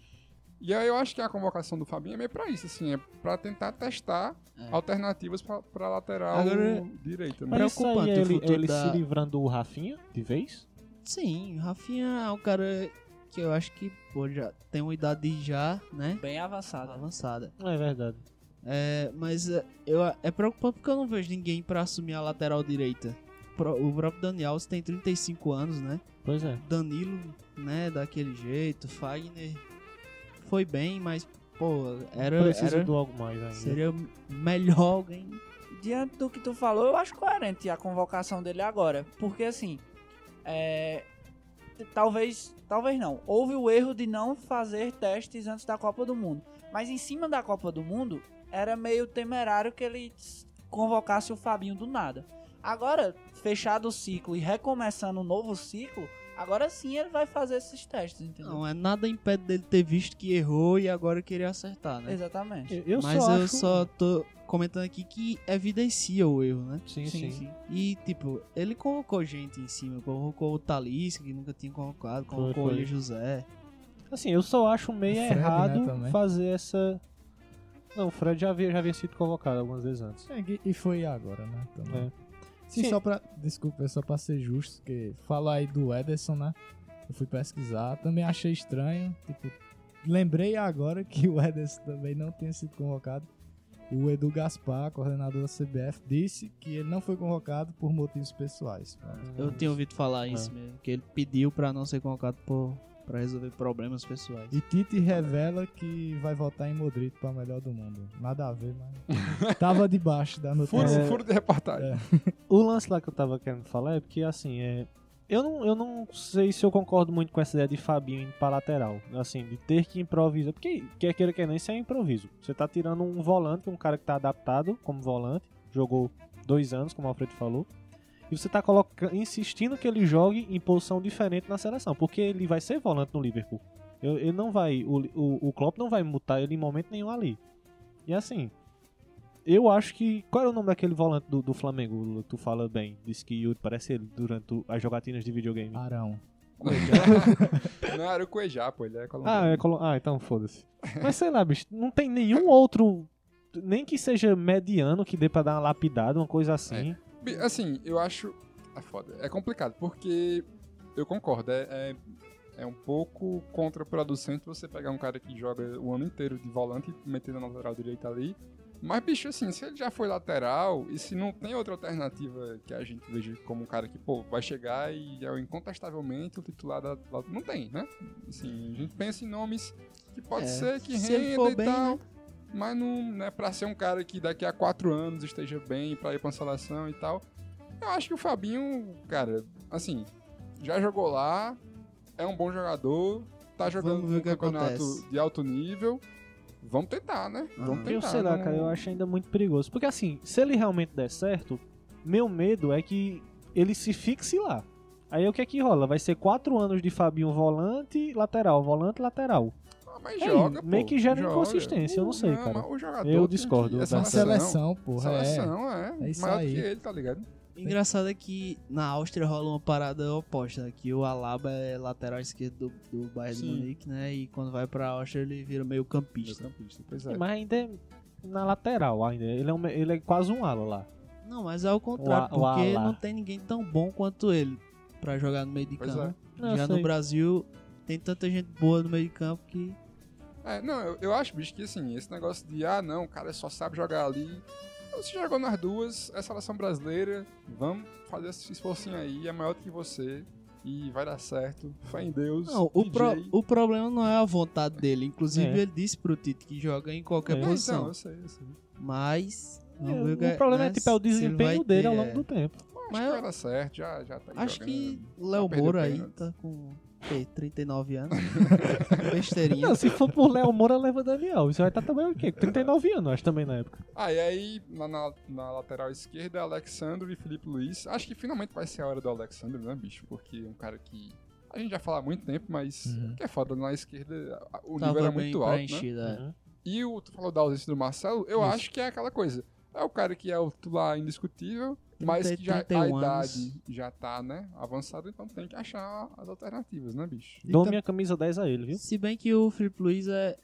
S2: E aí eu acho que a convocação do Fabinho é meio pra isso, assim, é pra tentar testar
S3: É.
S2: alternativas pra, pra lateral
S3: Agora-
S2: direita, né?
S5: Mas isso aí
S3: Preocupante
S5: é
S3: o
S5: ele,
S3: futuro
S5: é ele
S3: da-
S5: se livrando do Rafinha de vez?
S3: Sim, Rafinha é um cara que eu acho que pô, já tem uma idade já, né?
S4: Bem avançado.
S3: Avançada.
S5: É verdade.
S3: É, mas é, eu, é preocupante porque eu não vejo ninguém pra assumir a lateral direita. Pro- O próprio Dani Alves tem 35 anos, né?
S5: Pois é.
S3: Danilo, né, daquele jeito. Fagner foi bem, mas, pô, era.
S5: Precisa
S3: era
S5: do algo mais ainda.
S3: seria melhor alguém.
S4: Diante do que tu falou, eu acho coerente a convocação dele agora. Porque assim, é, t- talvez, talvez não. Houve o erro de não fazer testes antes da Copa do Mundo. Mas em cima da Copa do Mundo, era meio temerário que ele s- convocasse o Fabinho do nada. Agora, fechado o ciclo e recomeçando um novo ciclo, agora sim ele vai fazer esses testes, entendeu?
S3: Não, é nada impede dele ter visto que errou e agora querer acertar, né?
S4: Exatamente.
S5: Eu, eu
S3: Mas
S5: só
S3: eu
S5: acho...
S3: só tô comentando aqui que é evidencia o erro, né?
S5: Sim, sim.
S3: E, tipo, ele convocou gente em cima. Convocou o Talisca, que nunca tinha convocado. Convocou
S5: foi.
S3: o Eli José.
S5: Assim, eu só acho meio
S6: O Fred, né,
S5: errado
S6: também.
S5: fazer essa... Não, o Fred já havia, já havia sido convocado algumas vezes antes.
S6: É, que- e foi agora, né? Também.
S5: É.
S6: Sim,
S5: Sim.
S6: só pra. Desculpa, é só pra ser justo, porque fala aí do Ederson, né? Eu fui pesquisar, também achei estranho. Tipo, lembrei agora que o Ederson também não tinha sido convocado. O Edu Gaspar, coordenador da CBF, disse que ele não foi convocado por motivos pessoais.
S2: É.
S3: Eu tinha ouvido falar isso
S5: Ah, É.
S3: mesmo. Que ele pediu pra não ser convocado por, pra resolver problemas pessoais.
S6: E Tite revela que vai votar em Modric pra melhor do mundo. Nada a ver, mas. Tava debaixo da
S2: Furo,
S5: É.
S6: notícia.
S2: furo de reportagem.
S5: O lance lá que eu tava querendo falar é porque, assim, é... Eu não, eu não sei se eu concordo muito com essa ideia de Fabinho indo pra lateral. Assim, de ter que improvisar. Porque quer queira quer não, isso é improviso. Você tá tirando um volante, um cara que tá adaptado como volante. Jogou dois anos, como o Alfredo falou. E você tá colocando, insistindo que ele jogue em posição diferente na seleção. Porque ele vai ser volante no Liverpool. Eu- Ele não vai... O, o, o Klopp não vai mutar ele em momento nenhum ali. E assim... Eu acho que. Qual era o nome daquele volante do, do Flamengo? Lula, que Tu fala bem. Disse que Yuri parece ele durante o- as jogatinas de videogame.
S6: Arão.
S2: Não, era o Cuejá, pô, ele é colombiano.
S5: Ah, é colo- ah, então foda-se. Mas sei lá, bicho, não tem nenhum outro. Nem que seja mediano que dê pra dar uma lapidada, uma coisa assim.
S2: Bi- Assim, eu acho. É foda. É complicado, porque eu concordo. É, é, é um pouco contraproducente você pegar um cara que joga o ano inteiro de volante e meter na lateral direita ali. Mas, bicho, assim, se ele já foi lateral e se não tem outra alternativa que a gente veja como um cara que, pô, vai chegar e é incontestavelmente o titular da. da- Não tem, né? Assim, a gente pensa em nomes que pode
S3: É,
S2: ser que
S3: se ele
S2: renda
S3: for
S2: e
S3: bem, né?
S2: tal. Mas não, né, pra ser um cara que daqui a quatro anos esteja bem, pra ir pra uma seleção e tal. Eu acho que o Fabinho, cara, assim, já jogou lá, é um bom jogador, tá jogando
S3: Vamos ver
S2: num
S3: o que
S2: campeonato
S3: acontece.
S2: de alto nível. Vamos tentar, né? Vamos tentar.
S5: Eu sei lá,
S2: não-
S5: cara, eu acho ainda muito perigoso. Porque assim, se ele realmente der certo, meu medo é que ele se fixe lá. Aí o que é que rola? Vai ser quatro anos de Fabinho volante, lateral, volante, lateral.
S2: Ah, mas
S5: É,
S2: joga,
S5: meio
S2: pô,
S5: que gera
S2: joga.
S5: inconsistência, eu não sei, cara.
S2: mas O jogador
S5: Eu
S2: tem
S5: discordo
S2: Que... é
S5: da
S6: Na
S2: seleção.
S6: seleção, porra. É.
S2: Seleção, é.
S6: É isso
S2: maior
S6: aí.
S2: que ele, tá ligado?
S3: Engraçado é que na Áustria rola uma parada oposta, né? que o Alaba é lateral esquerdo do, do Bayern de
S2: Sim.
S3: Munique, né? E quando vai pra Áustria ele vira meio campista.
S2: Campista, pois é.
S5: Mas ainda é na lateral, ainda. Ele é, um- ele é quase um ala lá.
S3: Não, mas é o contrário,
S5: O A- o
S3: porque
S5: Ala.
S3: não tem ninguém tão bom quanto ele pra jogar no meio de
S2: Pois
S3: campo.
S5: Não, eu
S3: Já
S5: sei.
S3: no Brasil tem tanta gente boa no meio de campo que
S2: É, não, eu, eu acho, bicho, que assim, esse negócio de, ah, não, o cara só sabe jogar ali. Você jogou nas duas, é seleção brasileira, vamos fazer esse esforcinho aí, é maior do que você, e vai dar certo, fé em Deus.
S3: Não, o,
S2: DJ.
S3: pro- o problema não é a vontade dele. Inclusive,
S5: É.
S3: ele disse pro Tite que joga em qualquer
S5: É.
S2: É, então,
S3: posição.
S2: eu sei, eu sei.
S3: Mas. vamos ver
S5: É,
S3: que-
S5: o problema é
S3: né,
S5: tipo é o
S3: se ele
S5: desempenho
S3: vai
S5: dele
S3: ter,
S5: ao
S3: é.
S5: longo do tempo.
S2: Acho
S3: Mas
S2: que
S3: eu-
S2: vai dar certo, já, já tá aí
S3: Acho que
S2: jogando.
S3: Léo
S2: perdeu
S3: Moura
S2: o
S3: aí
S2: pênalti.
S3: tá com quê, 39 anos. Besteirinha.
S5: Não, se for por Léo Moura, leva Daniel. Isso vai estar também o quê? 39 anos, acho também na época.
S2: Ah, e aí, na, na- na lateral esquerda, Alexandre e Felipe Luiz. Acho que finalmente vai ser a hora do Alexandre, né, bicho? Porque é um cara que A gente já fala há muito tempo, mas
S6: Uhum.
S2: o que é foda, na esquerda a- o nível
S3: Tava
S2: era
S3: bem
S2: muito alto, né?
S3: preenchida. é.
S5: Uhum.
S2: E o, tu falou da ausência do Marcelo, eu
S3: Isso.
S2: acho que é aquela coisa. É o cara que é o titular indiscutível, mas
S3: 30,
S2: que já, a
S3: 31 anos.
S2: idade já tá, né, avançada, então tem que achar as alternativas, né, bicho?
S5: Dou
S6: tá-
S5: minha camisa 10 a ele, viu?
S3: Se bem que o Felipe Luiz é...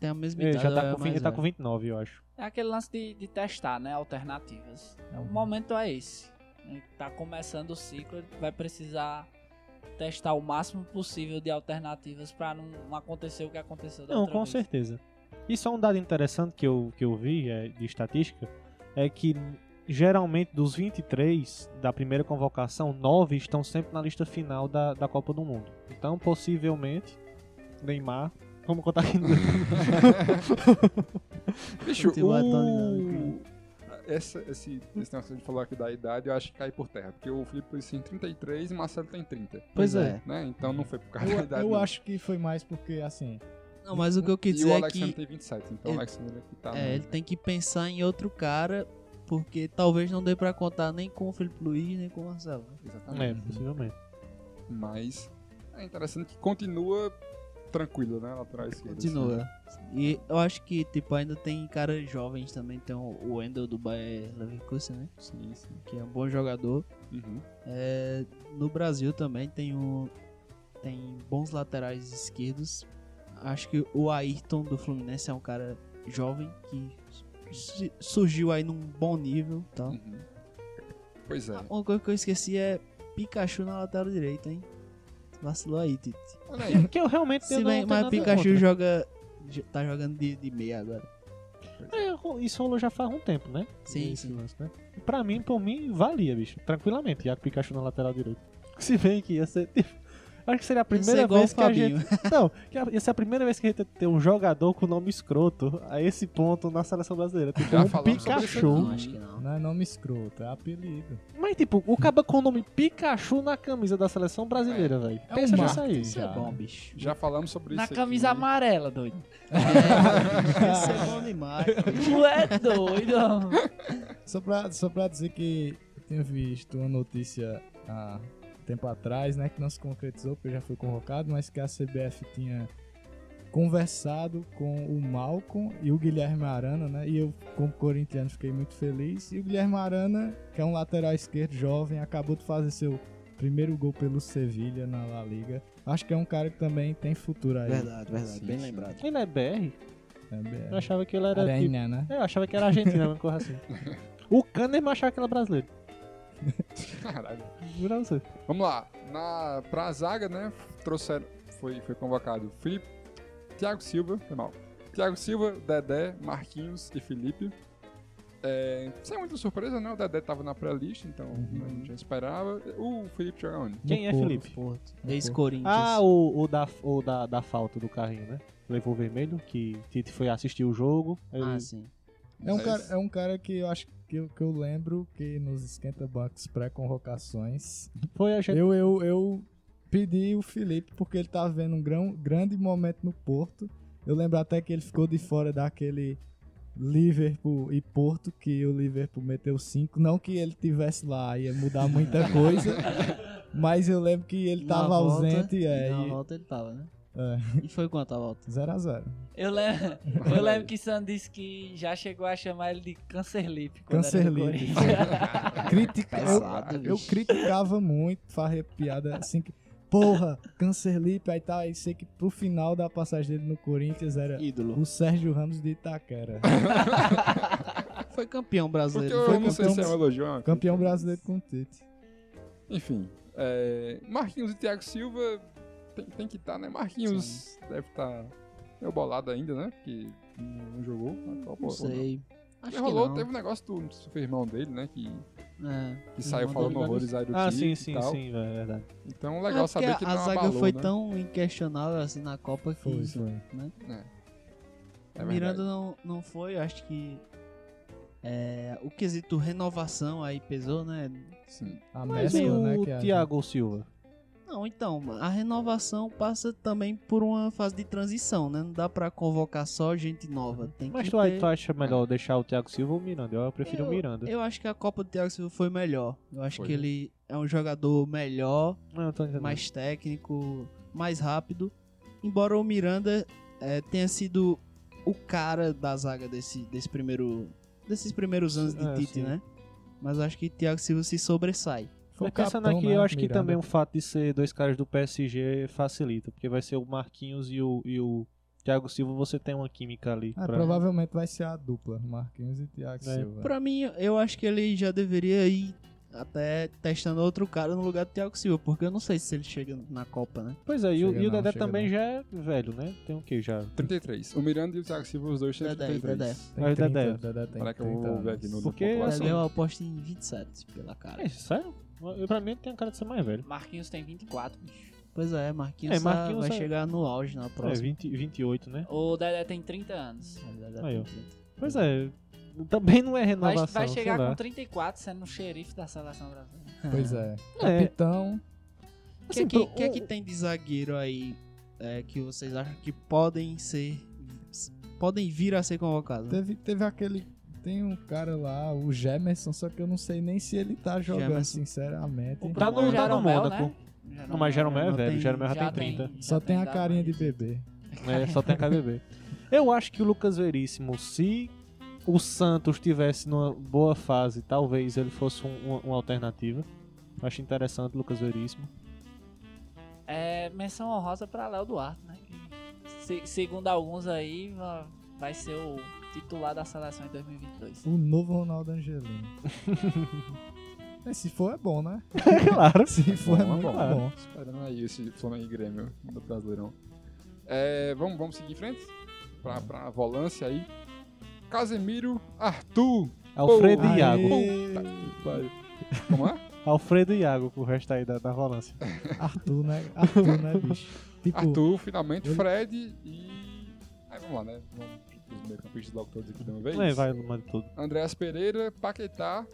S3: tem a mesma
S5: Ele
S3: idade.
S5: É. já
S3: ou é
S5: tá com, vinte-
S3: mais
S5: ele tá com
S3: velho.
S5: 29, eu acho.
S4: É aquele lance de, de testar, né? Alternativas.
S3: um
S4: O momento é esse. Ele Tá começando o ciclo, ele vai precisar testar o máximo possível de alternativas pra não, não acontecer o que aconteceu da
S5: Não,
S4: outra
S5: com
S4: vez.
S5: certeza. E só um dado interessante que eu, que eu vi é, de estatística é que geralmente dos 23 da primeira convocação, 9 estão sempre na lista final da, da Copa do Mundo. Então, possivelmente, Neymar. Vamos contar aqui.
S2: Bicho,
S3: Tem o né? Adonai,
S2: o... Essa, esse, esse negócio de falar aqui da idade, eu acho que cai por terra. Porque o Felipe Luiz tem 33 e o Marcelo tem 30,
S3: Pois é.
S2: né? Então não foi por causa da
S6: Eu,
S2: idade.
S6: eu
S2: não.
S6: acho que foi mais porque, assim,
S3: Não, mas o que eu quis
S2: E o
S3: dizer é
S2: Alexandre
S3: que
S2: tem 27, então o
S3: ele-
S2: Alexandre aqui tá...
S3: é, ele tem que pensar em outro cara, porque talvez não dê pra contar nem com o Felipe Luiz, nem com o Marcelo. né?
S2: Exatamente.
S5: é, possivelmente.
S2: Mas é interessante que continua tranquilo, né? Lateral esquerda.
S3: Continua.
S2: é assim.
S3: E eu acho que, tipo, ainda tem caras jovens também. Tem o o Wendel do Bayer Leverkusen, né?
S2: Sim, sim.
S3: Que é um bom jogador.
S2: Uhum.
S3: É, no Brasil também tem um tem bons laterais esquerdos. Acho que o Ayrton do Fluminense é um cara jovem que su- surgiu aí num bom nível, tá? e tal.
S2: Uhum. Pois é.
S3: Ah, Uma coisa que eu esqueci é Pikachu na lateral direita, hein? Vacilou aí, Tite.
S2: Olha aí.
S5: É que eu realmente eu
S3: Se
S5: não
S3: bem,
S5: tenho
S3: mas
S5: nada
S3: Pikachu
S5: contra.
S3: joga jo- tá jogando de, de meia agora.
S5: É, isso rolou já faz um tempo, né?
S3: Sim,
S5: Esse
S3: sim.
S5: lance, né? Pra mim, por mim, valia, bicho. Tranquilamente, Iago Pikachu na lateral direita. Se bem que ia ser. tipo, acho que seria a
S3: Isso é
S5: primeira
S3: igual
S5: vez
S3: o
S5: que a
S3: Fabinho.
S5: gente. Não, que a- ia ser a primeira vez que a gente ia ter um jogador com nome escroto a esse ponto na seleção brasileira. Tipo,
S2: Já
S5: um
S2: falamos sobre isso né?
S5: Pikachu.
S3: Não, acho que não.
S6: não é nome escroto, é apelido.
S5: Mas, tipo, o caba com o nome Pikachu na camisa da seleção
S2: É.
S5: brasileira, velho.
S6: um
S5: Pensa nisso
S6: marketing,
S5: aí.
S3: Isso
S6: Já.
S3: é bom, bicho.
S2: Já falamos sobre
S4: Na
S2: isso.
S4: camisa
S5: né?
S2: aqui. né?
S4: amarela, doido.
S3: É, isso é bom demais.
S4: Tu é doido.
S6: Só pra, só pra dizer que eu tinha visto uma notícia há tempo atrás, né? Que não se concretizou, porque já foi convocado, mas que a CBF tinha conversado com o Malcom e o Guilherme Arana, né? E eu, como corintiano, fiquei muito feliz. E o Guilherme Arana, que é um lateral esquerdo jovem, acabou de fazer seu primeiro gol pelo Sevilha na La Liga. Acho que é um cara que também tem futuro aí. é.
S3: Verdade, verdade.
S2: Sim,
S3: bem
S2: sim.
S3: lembrado.
S5: Ele é BR? Eu
S6: Verdade.
S5: achava que ele era. tipo,
S6: Arena, né?
S5: É, eu achava que era Argentina, uma coisa assim. O Kahneman achava que era brasileiro.
S2: Caralho.
S5: Juro a você.
S2: Vamos lá. Na, pra zaga, né? Trouxeram. Foi, foi convocado o Felipe. Thiago Silva. Foi mal. Thiago Silva, Dedé, Marquinhos e Felipe. É, sem muita surpresa, né? O Dedé tava na pré-lista, então a
S6: Uhum.
S2: gente já esperava. O Felipe joga onde?
S5: Quem é
S6: No
S5: Felipe?
S3: Porto. Ex-Corinthians.
S5: Ah, o, o da, o da, da falta do carrinho, né? Levou o vermelho, que Tite foi assistir o jogo. Ele,
S3: Ah, sim.
S6: É um,
S2: Mas-
S6: cara, é um cara que eu acho que eu, que eu lembro que nos esquenta bancos pré-convocações.
S5: foi a gente.
S6: Eu, eu, eu pedi o Felipe porque ele tá vendo um grão, grande momento no Porto. Eu lembro até que ele ficou de fora daquele Liverpool e Porto, que o Liverpool meteu 5. Não que ele tivesse lá, ia mudar muita coisa. mas eu lembro que ele
S3: Na
S6: tava
S3: volta-
S6: ausente. É,
S3: Na
S6: e-
S3: volta ele tava, né?
S6: é,
S3: E foi quanto a volta?
S6: 0 a 0
S4: Eu lembro, eu lembro que Sam disse que já chegou a chamar ele de Cancerlipe. quando era do
S6: Cancerlipe.
S4: Corinthians.
S6: Critica...
S3: Pesado,
S6: eu, eu
S3: bicho.
S6: criticava muito, fazia piada assim que. Porra, Cancerlipe, aí tal. Aí sei que pro final da passagem dele no Corinthians era
S3: Ídolo.
S6: o Sérgio Ramos de Itaquera.
S3: Foi campeão
S2: Porque
S3: brasileiro.
S2: eu
S3: foi
S2: não sei
S6: campeão-
S2: se é um elogio. ou não.
S6: Campeão brasileiro com o Tite.
S2: Enfim, é, Marquinhos e Thiago Silva tem, tem que estar, né? Marquinhos deve estar meio bolado ainda, né? Porque não não jogou. na Copa,
S3: Não
S2: ou
S3: sei. Acho que
S2: rolou,
S3: não.
S2: teve um negócio do super irmão dele, né? Que,
S3: É.
S2: que saiu
S3: Irmão
S2: falando
S5: dele.
S2: horrores aí do
S5: Ah,
S2: time
S5: sim,
S2: e
S5: sim,
S2: tal.
S5: sim, velho, é verdade.
S2: Então,
S3: É
S2: legal
S3: porque
S2: saber que
S3: a
S2: não
S3: zaga
S2: abalou,
S3: foi
S2: né?
S3: tão inquestionável assim na Copa que
S6: Foi, foi.
S2: É
S3: Miranda não, não foi, eu acho que é, o quesito renovação aí pesou, né?
S2: verdade, Sim.
S6: A
S5: Mas
S6: mescla,
S5: o
S6: né? Que é a-
S5: Thiago Silva.
S3: Não, então, a renovação passa também por uma fase de transição, né? Não dá pra convocar só gente nova. Tem
S5: Mas
S3: que
S5: tu,
S3: ter...
S5: a- tu acha melhor deixar o Thiago Silva ou o Miranda? Eu prefiro o Miranda.
S3: Eu acho que a Copa do Thiago Silva foi melhor. Eu acho
S2: Foi,
S3: que
S2: né?
S3: ele é um jogador melhor,
S5: Não, eu tô entendendo.
S3: mais técnico, mais rápido. Embora o Miranda eh, tenha sido o cara da zaga desse, desse primeiro, desses primeiros anos de
S5: É,
S3: Tite,
S5: sim.
S3: né? Mas eu acho que Thiago Silva se sobressai.
S6: Foi
S5: Mas
S6: o
S5: pensando
S6: capitão,
S5: aqui,
S6: né,
S5: eu acho que
S6: Miranda.
S5: também é um o fato de ser dois caras do PSG facilita, porque vai ser o Marquinhos e o, e o Thiago Silva, você tem uma química ali.
S6: Ah,
S5: pra-
S6: Provavelmente vai ser a dupla, Marquinhos e Thiago
S5: É.
S6: Silva.
S3: Pra mim, eu acho que ele já deveria ir até testando outro cara no lugar do Thiago Silva, porque eu não sei se ele chega na Copa, né?
S5: Pois é, e o,
S6: Chega
S5: e o
S6: não,
S5: Dedé
S6: chega
S5: também
S6: não.
S5: já é velho, né? Tem o que já?
S2: 33. O Miranda e o Thiago Silva, os dois têm
S3: Dedé,
S2: 33.
S3: Dedé.
S6: Tem
S5: Mas
S6: 30,
S5: Dedé-
S6: o Dedé tem
S2: Será que eu vou
S6: 30
S2: ver aqui no,
S6: anos.
S2: no
S5: Porque-
S2: popular?
S5: Mas
S3: Deve, eu aposto em 27 pela cara.
S5: É, sério? Eu, pra mim ele tem a cara de ser mais velho.
S4: Marquinhos tem 24, bicho.
S3: Pois é, Marquinhos,
S5: É,
S3: tá-
S5: Marquinhos
S3: vai
S5: é-
S3: chegar no auge na
S5: É,
S3: próxima.
S5: 20, 28, né?
S4: O Dedé tem 30 anos.
S3: Na verdade,
S5: Aí, ó.
S3: tem 30.
S5: Pois é, também não é
S4: Vai,
S5: renovação.
S4: vai chegar
S5: sei lá.
S4: com 34 sendo o xerife da seleção brasileira.
S6: Pois é.
S5: É. assim,
S6: Capitão.
S3: O que, é que, que é que tem de zagueiro aí é, que vocês acham que podem ser. podem vir a ser convocados?
S6: Teve, teve aquele. Tem um cara lá, o Gemerson, só que eu não sei nem se ele tá jogando,
S3: Gemerson.
S6: sinceramente.
S5: Tá no- tá no Mônaco. Não, mas Jeromel é
S3: não
S5: velho,
S3: tem-
S5: Jeromel já,
S4: já
S5: tem 30.
S4: tem-
S6: Só
S4: já
S6: tem a
S4: dado
S6: carinha de
S4: mais.
S6: bebê.
S5: É, só tem a KBB. Eu acho que o Lucas Veríssimo, se o Santos tivesse numa boa fase, talvez ele fosse um- uma, uma alternativa. Eu Acho interessante o Lucas Veríssimo.
S4: É, menção honrosa pra Léo Duarte, né? Que se- segundo alguns aí, va- vai ser o titular da seleção em 2022.
S6: O novo Ronaldo Angelino. Mas se for, é bom, né?
S5: claro.
S6: Se for, é
S2: Bom,
S6: muito
S2: bom.
S6: bom.
S2: Esperando aí esse Flamengo e Grêmio do Brasileirão. É, vamos, vamos seguir em frente? Pra, pra volância aí. Casemiro, Arthur.
S5: Alfredo
S6: Aê.
S5: e Iago.
S2: Puta que pariu. Como é?
S5: Alfredo e Iago pro resto aí da, da volância.
S6: Arthur, né? Arthur, né, bicho? Tipo,
S2: Arthur, finalmente,
S6: ele-
S2: Fred e. Aí vamos lá, né? Vamos os meio-campistas logo todos aqui de uma vez.
S5: É, vai, manda tudo.
S2: Andréas Pereira, Paquetá,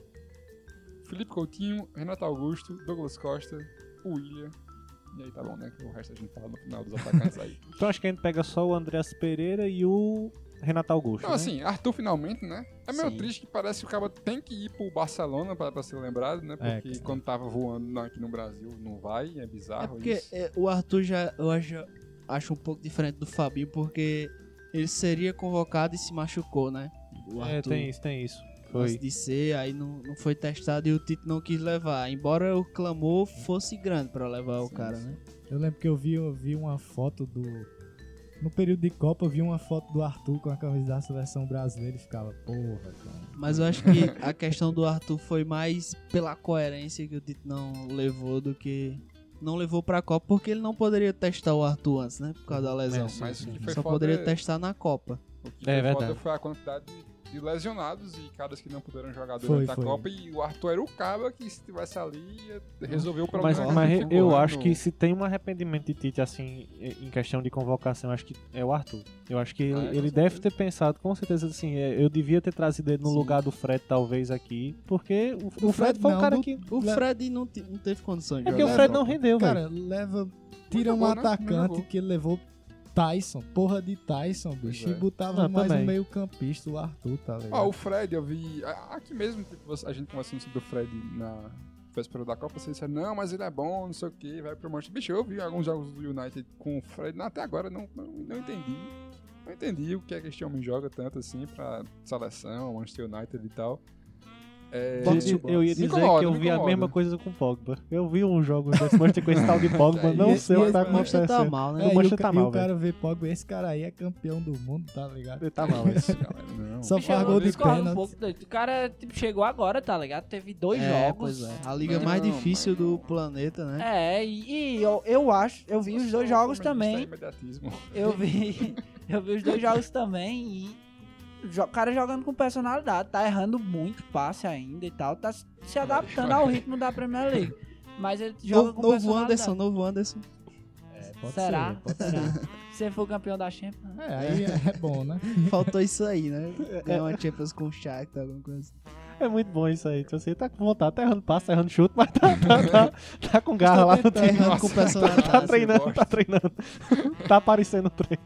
S2: Felipe Coutinho, Renato Augusto, Douglas Costa, William. E aí tá bom, né? Que o resto a gente fala no final dos atacantes aí.
S5: Então acho que a gente pega só o Andreas Pereira e o Renato Augusto.
S2: Então,
S5: né?
S2: assim, Arthur finalmente, né? É meio
S3: Uhum. Sim.
S2: triste que parece que o cara tem que ir pro Barcelona pra, pra ser lembrado, né?
S6: É,
S2: Porque
S6: cara.
S2: quando tava voando na- aqui no Brasil, não vai, é
S5: Ah,
S3: É
S2: bizarro
S3: porque
S2: isso.
S3: é, o Arthur já eu acho, acho um pouco diferente do Fabinho, porque ele seria convocado e se machucou, né? O
S5: É, tem isso, tem isso. Foi.
S3: antes de ser, aí não, não foi testado e o Tito não quis levar. Embora o clamor fosse grande pra levar o
S2: Sim,
S3: cara,
S2: sim.
S3: né?
S6: eu lembro que eu vi, eu vi uma foto do. No período de Copa, eu vi uma foto do Arthur com a camisa da seleção brasileira e ficava, porra, cara.
S3: Mas eu acho que a questão do Arthur foi mais pela coerência que o Tito não levou do que não levou pra Copa, porque ele não poderia testar o Arthur antes, né? Por causa da lesão.
S5: sim,
S2: Mas o que foi
S3: Só
S2: foda
S3: poderia
S2: é-
S3: testar na Copa.
S2: O que
S5: É
S2: foi foda
S5: verdade.
S2: foi a quantidade de- de lesionados e caras que não puderam jogar
S6: Foi,
S2: durante a
S6: foi.
S2: Copa. E o Arthur era o cara que, se tivesse ali, ia resolver o problema.
S5: Mas,
S2: que
S5: mas
S2: ficou,
S5: eu
S2: né,
S5: acho
S2: no-
S5: que se tem um arrependimento de Tite, assim, em questão de convocação, acho que é o Arthur. Eu acho que ele,
S2: Ah, com
S5: ele deve ter pensado, com certeza, assim, é, eu devia ter trazido ele no
S3: Sim.
S5: lugar do Fred, talvez, aqui, porque o, o
S6: Do
S5: Fred foi um
S6: não,
S5: cara
S6: do-
S5: que...
S3: O
S6: Le-
S3: Fred não, te- não teve condições de
S5: É porque o
S3: jogar.
S5: Fred
S6: não.
S5: não rendeu, velho.
S6: Cara, leva. Tira um
S2: bom, né? Não
S6: atacante
S2: jogou.
S6: que ele levou Tyson, porra de Tyson,
S2: Pois
S6: bicho,
S2: é.
S6: e botava
S5: Ah,
S6: mais
S5: também.
S6: um meio-campista, o Arthur, tá ligado?
S2: Ó, Ah, o Fred, eu vi. a- Aqui mesmo, tipo, você- a gente conversando sobre o Fred na véspera da Copa, vocês disseram, não, mas ele é bom, não sei o que, vai pro Manchester. Bicho, eu vi alguns jogos do United com o Fred, não, até agora não, não, não entendi. Não entendi o que é que este homem joga tanto assim pra seleção, Manchester United e tal. É,
S5: Eu-
S6: Boxe to
S5: eu ia
S6: boxe.
S5: dizer
S2: Me incomoda,
S5: que eu
S2: me
S5: vi a
S2: incomoda.
S5: mesma coisa com o Pogba. Eu vi um jogo desse Manchester com esse tal de Pogba,
S2: E-
S5: não
S6: e-
S5: sei
S6: e
S5: o que tá
S6: esse
S3: O Manchester tá
S5: acontecendo.
S3: mal, né?
S5: o
S6: É, e
S5: Manchester tá
S6: o, ca-
S5: mal,
S6: e o cara vê Pogba, esse cara aí é campeão do mundo, tá ligado?
S5: Ele tá mal, esse.
S2: Galera, não.
S6: Só
S4: Bicho, eu
S6: faz gol de
S4: discordo
S6: pênalti.
S4: um pouco do- O cara tipo, chegou agora, tá ligado? Teve dois
S3: É,
S4: jogos.
S3: pois é. A liga mais
S2: Não,
S3: difícil
S2: mas não.
S3: do planeta, né?
S4: É, e, e eu, eu acho, eu vi os dois jogos
S2: Feminista é
S4: também.
S2: imediatismo.
S4: Eu vi, eu vi os dois jogos também e jo- o cara jogando com personalidade, tá errando muito passe ainda e tal, tá se- se adaptando ao ritmo da Premier League. Mas ele joga
S3: Novo,
S4: com
S3: novo
S4: personalidade.
S3: Anderson, novo Anderson.
S6: É, pode
S4: Será?
S6: ser, pode
S4: Será? Se ele for campeão da Champions,
S6: É, aí é, é bom, né?
S3: Faltou isso aí, né? Ganhar uma Champions com o Shakhtar, alguma coisa assim.
S5: É muito bom isso aí. Então, você tá com vontade, tá errando passo, tá errando chute, mas tá, tá, tá, tá com garra lá no
S3: Tá
S5: time.
S3: errando com o personagem.
S5: Tá treinando, tá treinando. tá aparecendo o treino.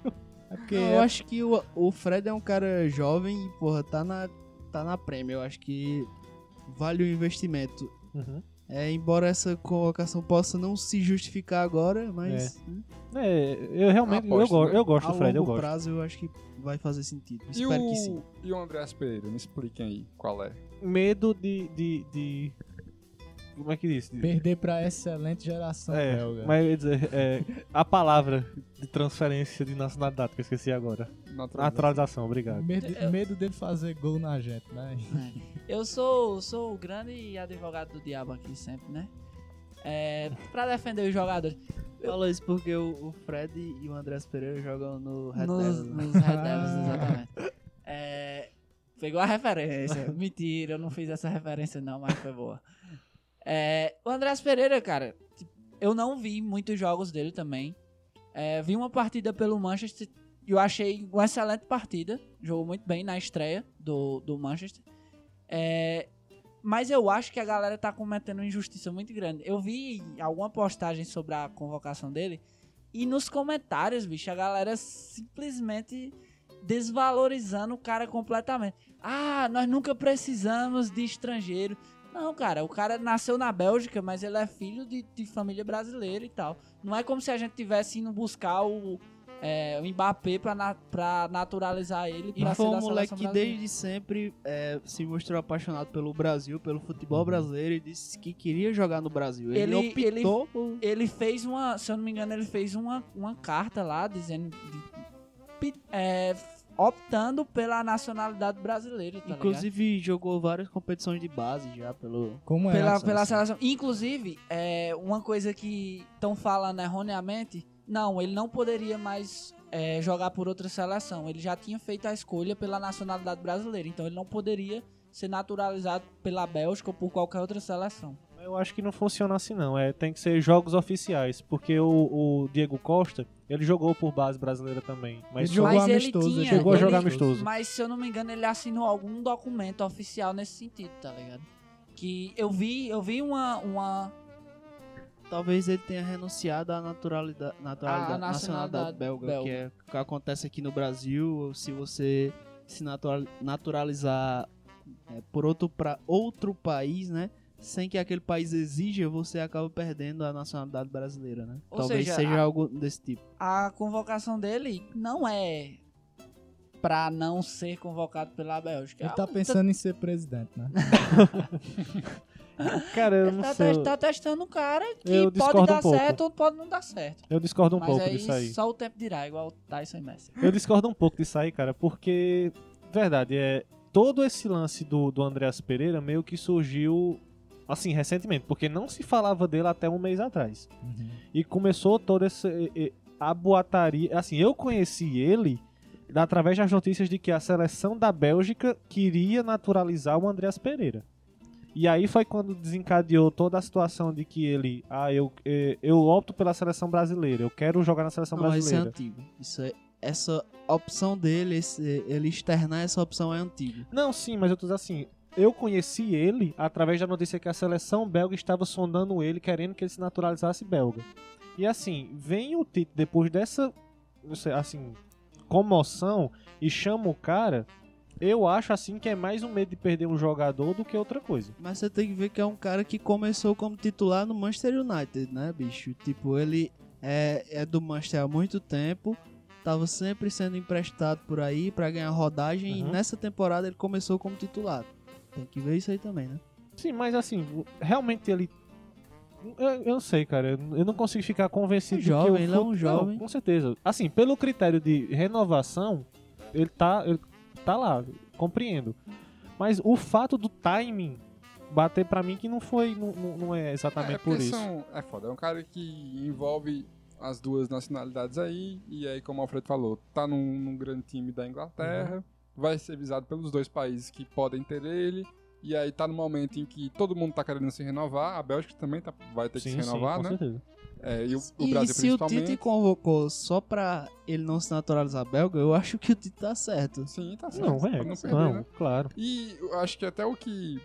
S6: É porque
S3: Não,
S6: é-
S3: eu acho que o, o Fred é um cara jovem e, porra, tá na, tá na prêmio. Eu acho que vale o investimento.
S5: Uhum.
S3: É, embora essa colocação possa não se justificar agora, mas hum,
S5: É, eu realmente, eu,
S2: Aposta,
S5: go-
S2: né?
S5: eu gosto
S3: a
S5: do Fred, eu
S3: longo
S5: gosto.
S3: prazo eu acho que vai fazer sentido.
S2: E
S3: Espero que sim.
S2: o, e o Andrés Pereira? Me expliquem aí qual é.
S5: Medo de, de, de- Como é que diz? De-
S6: perder pra excelente geração
S5: É,
S6: belga.
S5: mas eu ia dizer, é, a palavra de transferência de nacionalidade que eu esqueci agora. Ah,
S2: Naturalmente.
S5: Naturalização, obrigado.
S4: É.
S6: Medo, medo dele fazer gol na gente, né?
S4: Eu sou, sou o grande advogado do diabo aqui sempre, né? É, pra defender os jogadores.
S3: Fala isso porque o, o Fred e o Andrés Pereira jogam no Red
S4: nos,
S3: Devils, né?
S4: nos Red Devils, exatamente. É, pegou a referência. Mentira, eu não fiz essa referência não, mas foi boa. É, o Andrés Pereira, cara, tipo, eu não vi muitos jogos dele também. É, vi uma partida pelo Manchester e eu achei uma excelente partida. Jogou muito bem na estreia do, do Manchester. É, mas eu acho que a galera tá cometendo uma injustiça muito grande. Eu vi alguma postagem sobre a convocação dele e nos comentários, bicho, a galera simplesmente desvalorizando o cara completamente. Ah, nós nunca precisamos de estrangeiro. Não, cara, o cara nasceu na Bélgica, mas ele é filho de, de família brasileira e tal. Não é como se a gente tivesse indo buscar o, é, o Mbappé pra, na- pra naturalizar ele.
S3: E
S4: pra
S3: foi
S4: ser da
S3: um
S4: seleção
S3: moleque que
S4: brasileira.
S3: desde sempre é, se mostrou apaixonado pelo Brasil, pelo
S5: Uhum.
S3: futebol brasileiro e disse que queria jogar no Brasil. Ele,
S4: Ele- ele-
S3: optou por
S4: ele fez uma, se eu não me engano, ele fez uma, uma carta lá dizendo de- pe- é, optando pela nacionalidade brasileira, tá
S3: Inclusive jogou várias competições de base já pelo.
S6: Como é?
S4: ligado? Pela,
S6: essa
S4: pela
S6: seleção?
S4: seleção. Inclusive, é, uma coisa que estão falando erroneamente, não, ele não poderia mais é, jogar por outra seleção. Ele já tinha feito a escolha pela nacionalidade brasileira, então ele não poderia ser naturalizado pela Bélgica ou por qualquer outra seleção.
S5: Eu acho que não funciona assim não, é, tem que ser jogos oficiais, porque o, o Diego Costa, ele jogou por base brasileira também, mas
S6: Ele jogou
S4: Mas ele
S6: amistoso.
S4: tinha-
S5: chegou a jogar
S4: ele-
S5: amistoso.
S4: Mas se eu não me engano, ele assinou algum documento oficial nesse sentido, tá ligado? Que eu vi, eu vi uma, uma
S3: Talvez ele tenha renunciado à naturalidade, naturalidade-
S4: A nacionalidade
S3: nacionalidade belga,
S4: belga.
S3: que é o que acontece aqui no Brasil. ou Se você se natural- naturalizar é, por outro, pra, outro país, né? Sem que aquele país exija, você acaba perdendo a nacionalidade brasileira, né?
S4: Ou
S3: Talvez
S4: seja,
S3: seja
S4: a-
S3: algo desse tipo.
S4: a convocação dele não é pra não ser convocado pela Bélgica.
S6: Ele
S4: É
S6: tá
S4: um-
S6: pensando em ser presidente, né?
S5: Cara, eu
S4: ele
S5: não
S4: tá,
S6: é
S5: sei,
S4: tá testando um cara que
S5: Eu
S4: pode
S5: discordo
S4: dar
S5: um pouco.
S4: certo ou pode não dar certo.
S5: eu discordo um
S4: Mas
S6: é
S5: pouco
S4: aí,
S5: disso aí.
S4: só o tempo dirá, igual o Tyson e Messi.
S5: Eu discordo um pouco disso aí, cara, porque, verdade, é todo esse lance do, do Andreas Pereira meio que surgiu, assim, recentemente, porque não se falava dele até um mês atrás. E começou toda essa e- e- a boataria, assim, eu conheci ele através das notícias de que a seleção da Bélgica queria naturalizar o Andreas Pereira. E aí foi quando desencadeou toda a situação de que ele, ah, eu, eh, eu opto pela seleção brasileira, eu quero jogar na seleção
S3: Não, mas isso é
S5: brasileira.
S3: antigo. Isso é, essa opção dele, esse- ele externar essa opção é antigo.
S5: Não, sim, mas eu tô dizendo assim, eu conheci ele através da notícia que a seleção belga estava sondando ele, querendo que ele se naturalizasse belga. E assim, vem o Tite depois dessa, não sei, assim, comoção e chama o cara, eu acho assim que é mais um medo de perder um jogador do que outra coisa.
S3: Mas você tem que ver que é um cara que começou como titular no Manchester United, né, bicho? Tipo, ele é, é do Manchester há muito tempo, tava sempre sendo emprestado por aí pra ganhar rodagem
S5: Uhum.
S3: e nessa temporada ele começou como titular. Tem que ver isso aí também, né?
S5: Sim, mas assim, realmente ele. Eu, eu não sei, cara. Eu eu não consigo ficar convencido
S3: É jovem,
S5: de que o
S3: ele é um
S5: fut-
S3: jovem.
S5: Não, com certeza. Assim, pelo critério de renovação, ele tá, ele tá lá, compreendo. Mas o fato do timing bater pra mim que não foi. Não, não- não é exatamente
S2: É,
S5: por
S2: porque
S5: isso.
S2: são- é foda, é um cara que envolve as duas nacionalidades aí, e aí, como o Alfredo falou, tá num, num grande time da Inglaterra,
S5: Uhum.
S2: vai ser visado pelos dois países que podem ter ele, e aí tá no momento em que todo mundo tá querendo se renovar, a Bélgica também tá- vai ter que se
S5: Sim, sim,
S2: renovar,
S5: com
S2: né?
S5: certeza.
S2: É, e o, o
S3: E
S2: Brasil
S3: se o Tite
S2: principalmente.
S3: convocou só pra ele não se naturalizar belga, eu acho que o Tite tá certo.
S2: Sim, tá certo.
S5: Não,
S3: é,
S2: pra
S5: velho.
S2: não
S5: Não,
S2: perder, né?
S5: claro.
S2: E eu acho que até o que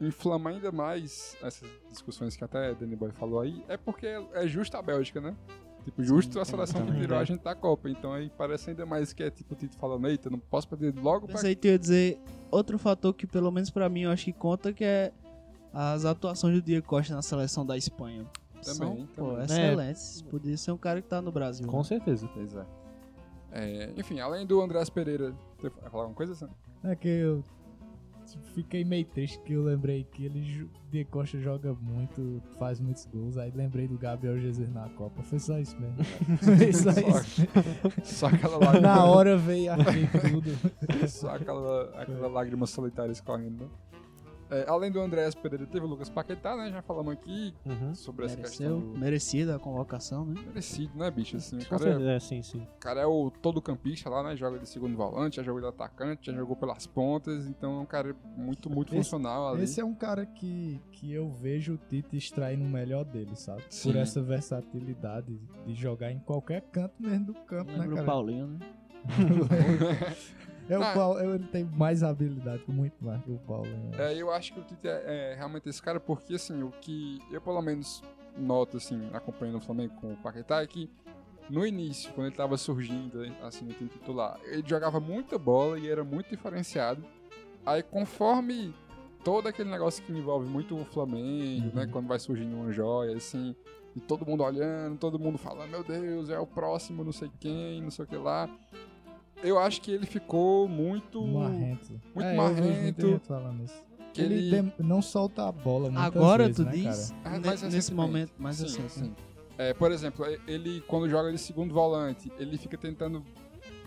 S2: inflama ainda mais essas discussões que até Danny Boy falou aí é porque é justo a Bélgica, né? Tipo, justo a seleção que
S5: também,
S2: virou
S5: né?
S2: a gente da Copa. Então aí parece ainda mais que é tipo o Tito falando, eita, não posso perder logo pra.
S3: Pensei que eu ia dizer outro fator que, pelo menos pra mim, eu acho que conta, que é as atuações do Diego Costa na seleção da Espanha. São, pô,
S2: também.
S3: excelentes. Podia ser um cara que tá no Brasil.
S5: Com certeza.
S2: Pois é. É, Enfim, além do Andrés Pereira. Você vai falar alguma coisa, Sam?
S6: É que eu fiquei meio triste que eu lembrei que ele jo- de Costa joga muito, faz muitos gols. Aí lembrei do Gabriel Jesus na Copa. Foi só isso mesmo. Foi só isso.
S2: Só, só aquela lágrima.
S6: Na hora veio aqui tudo.
S2: Só aquela, aquela lágrima solitária escorrendo. né? É, além do Andrés Pereira, teve o Lucas Paquetá, né? Já falamos aqui
S5: Uhum.
S2: sobre essa
S3: Mereceu,
S2: questão do...
S3: merecida a convocação, né?
S2: Merecido, né, bicho? Assim, o
S5: Com
S2: cara,
S5: certeza, é, sim, sim.
S2: o cara é o todo campista lá, né? Joga de segundo volante, já jogou de atacante, já jogou pelas pontas. Então é um cara muito, muito
S6: Esse-
S2: funcional ali.
S6: Esse é um cara que, que eu vejo o Tite extraindo o melhor dele, sabe?
S2: Sim.
S6: Por essa versatilidade de jogar em qualquer canto mesmo do campo, né,
S3: Lembra o
S6: cara?
S3: Paulinho, né?
S6: É o
S2: Ah.
S6: Paulo, ele tem mais habilidade, muito mais que o Paulo. né?
S2: É, eu acho que o Tite é, é realmente esse cara, porque assim, o que eu pelo menos noto, assim, acompanhando o Flamengo com o Paquetá, é que no início, quando ele tava surgindo, assim, no time titular, ele jogava muita bola e era muito diferenciado. Aí, conforme todo aquele negócio que envolve muito o Flamengo, né, quando vai surgindo uma joia, assim, e todo mundo olhando, todo mundo falando, meu Deus, é o próximo, não sei quem, não sei o que lá. Eu acho que ele ficou muito.
S6: Marrento. É,
S2: Muito
S6: eu vejo muita
S2: marrento.
S6: gente falando isso.
S2: que
S6: Ele,
S2: ele-
S6: dem- não solta a bola muitas
S3: Agora
S6: vezes,
S3: tu
S6: né,
S3: diz,
S6: cara?
S2: Ah,
S3: ne-
S2: mais
S3: nesse
S2: recentemente.
S3: momento, mais
S2: Sim,
S3: assim.
S2: sim. É, por exemplo, e- ele quando joga de segundo volante, ele fica tentando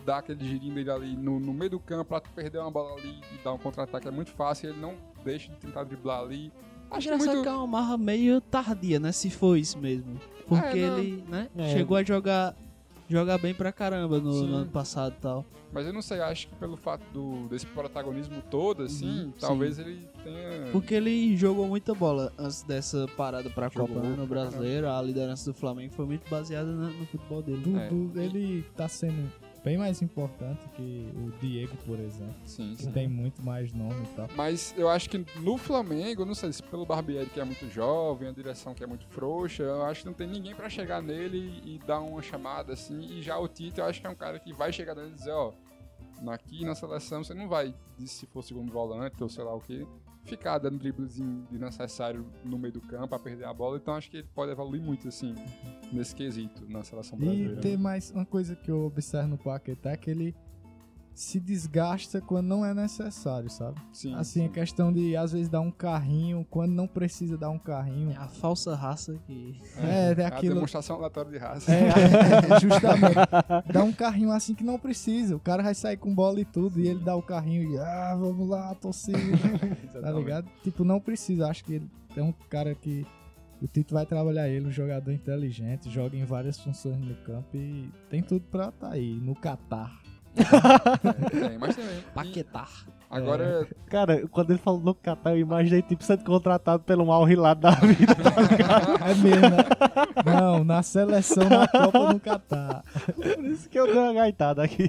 S2: dar aquele girinho dele ali no, no meio do campo pra tu perder uma bola ali e dar um contra-ataque. É muito fácil, ele não deixa de tentar driblar ali. Acho
S3: Engraçado
S2: muito...
S3: que é uma marra meio tardia, né? Se for isso mesmo. Porque
S2: É, não.
S3: ele, né?
S5: É.
S3: Chegou a jogar, jogar bem pra caramba no,
S2: Sim.
S3: no ano passado e tal.
S2: Mas eu não sei, acho que pelo fato do, desse protagonismo todo, assim,
S3: Uhum,
S2: talvez ele tenha.
S3: Porque ele jogou muita bola antes dessa parada pra
S2: Jogou
S3: Copa, né?
S2: pra
S3: No brasileiro, a liderança do Flamengo foi muito baseada na- no futebol dele.
S6: Du-
S2: É.
S6: Du- ele tá sendo bem mais importante que o Diego, por exemplo,
S2: Sim,
S6: que
S2: sim.
S6: tem muito mais nome e tal.
S2: Mas eu acho que no Flamengo, não sei se pelo Barbieri que é muito jovem, a direção que é muito frouxa, eu acho que não tem ninguém pra chegar nele e dar uma chamada assim. E já o Tite, eu acho que é um cara que vai chegar nele e dizer, ó, aqui na seleção você não vai, se for segundo volante ou sei lá o que, ficar dando driblezinho desnecessário no meio do campo pra perder a bola. Então acho que ele pode evoluir muito assim nesse quesito na seleção
S6: E
S2: brasileira.
S6: tem mais uma coisa que eu observo no Paquetá é que ele se desgasta quando não é necessário, sabe?
S2: Sim,
S6: Assim, a
S2: sim.
S6: questão de às vezes dar um carrinho quando não precisa dar um carrinho.
S3: É a falsa raça que.
S6: É, é
S2: É a
S6: aquilo.
S2: demonstração aleatória de raça.
S6: É, justamente. Dá um carrinho assim que não precisa. O cara vai sair com bola e tudo, e ele dá o carrinho e ah, vamos lá, torcida. tá ligado? Tipo, não precisa. Acho que ele é um cara que o Tito vai trabalhar ele, um jogador inteligente, joga em várias funções no campo e tem tudo pra tá aí, no Catar.
S2: É, mas também. E
S3: Paquetar.
S6: É.
S2: Agora,
S5: Cara, quando ele falou no Catar, eu imaginei tipo sendo contratado pelo mal rilado da vida.
S2: Ah.
S6: É mesmo, né? Não, na seleção, na Copa, no Catar.
S5: Por isso que eu dei uma gaitada aqui.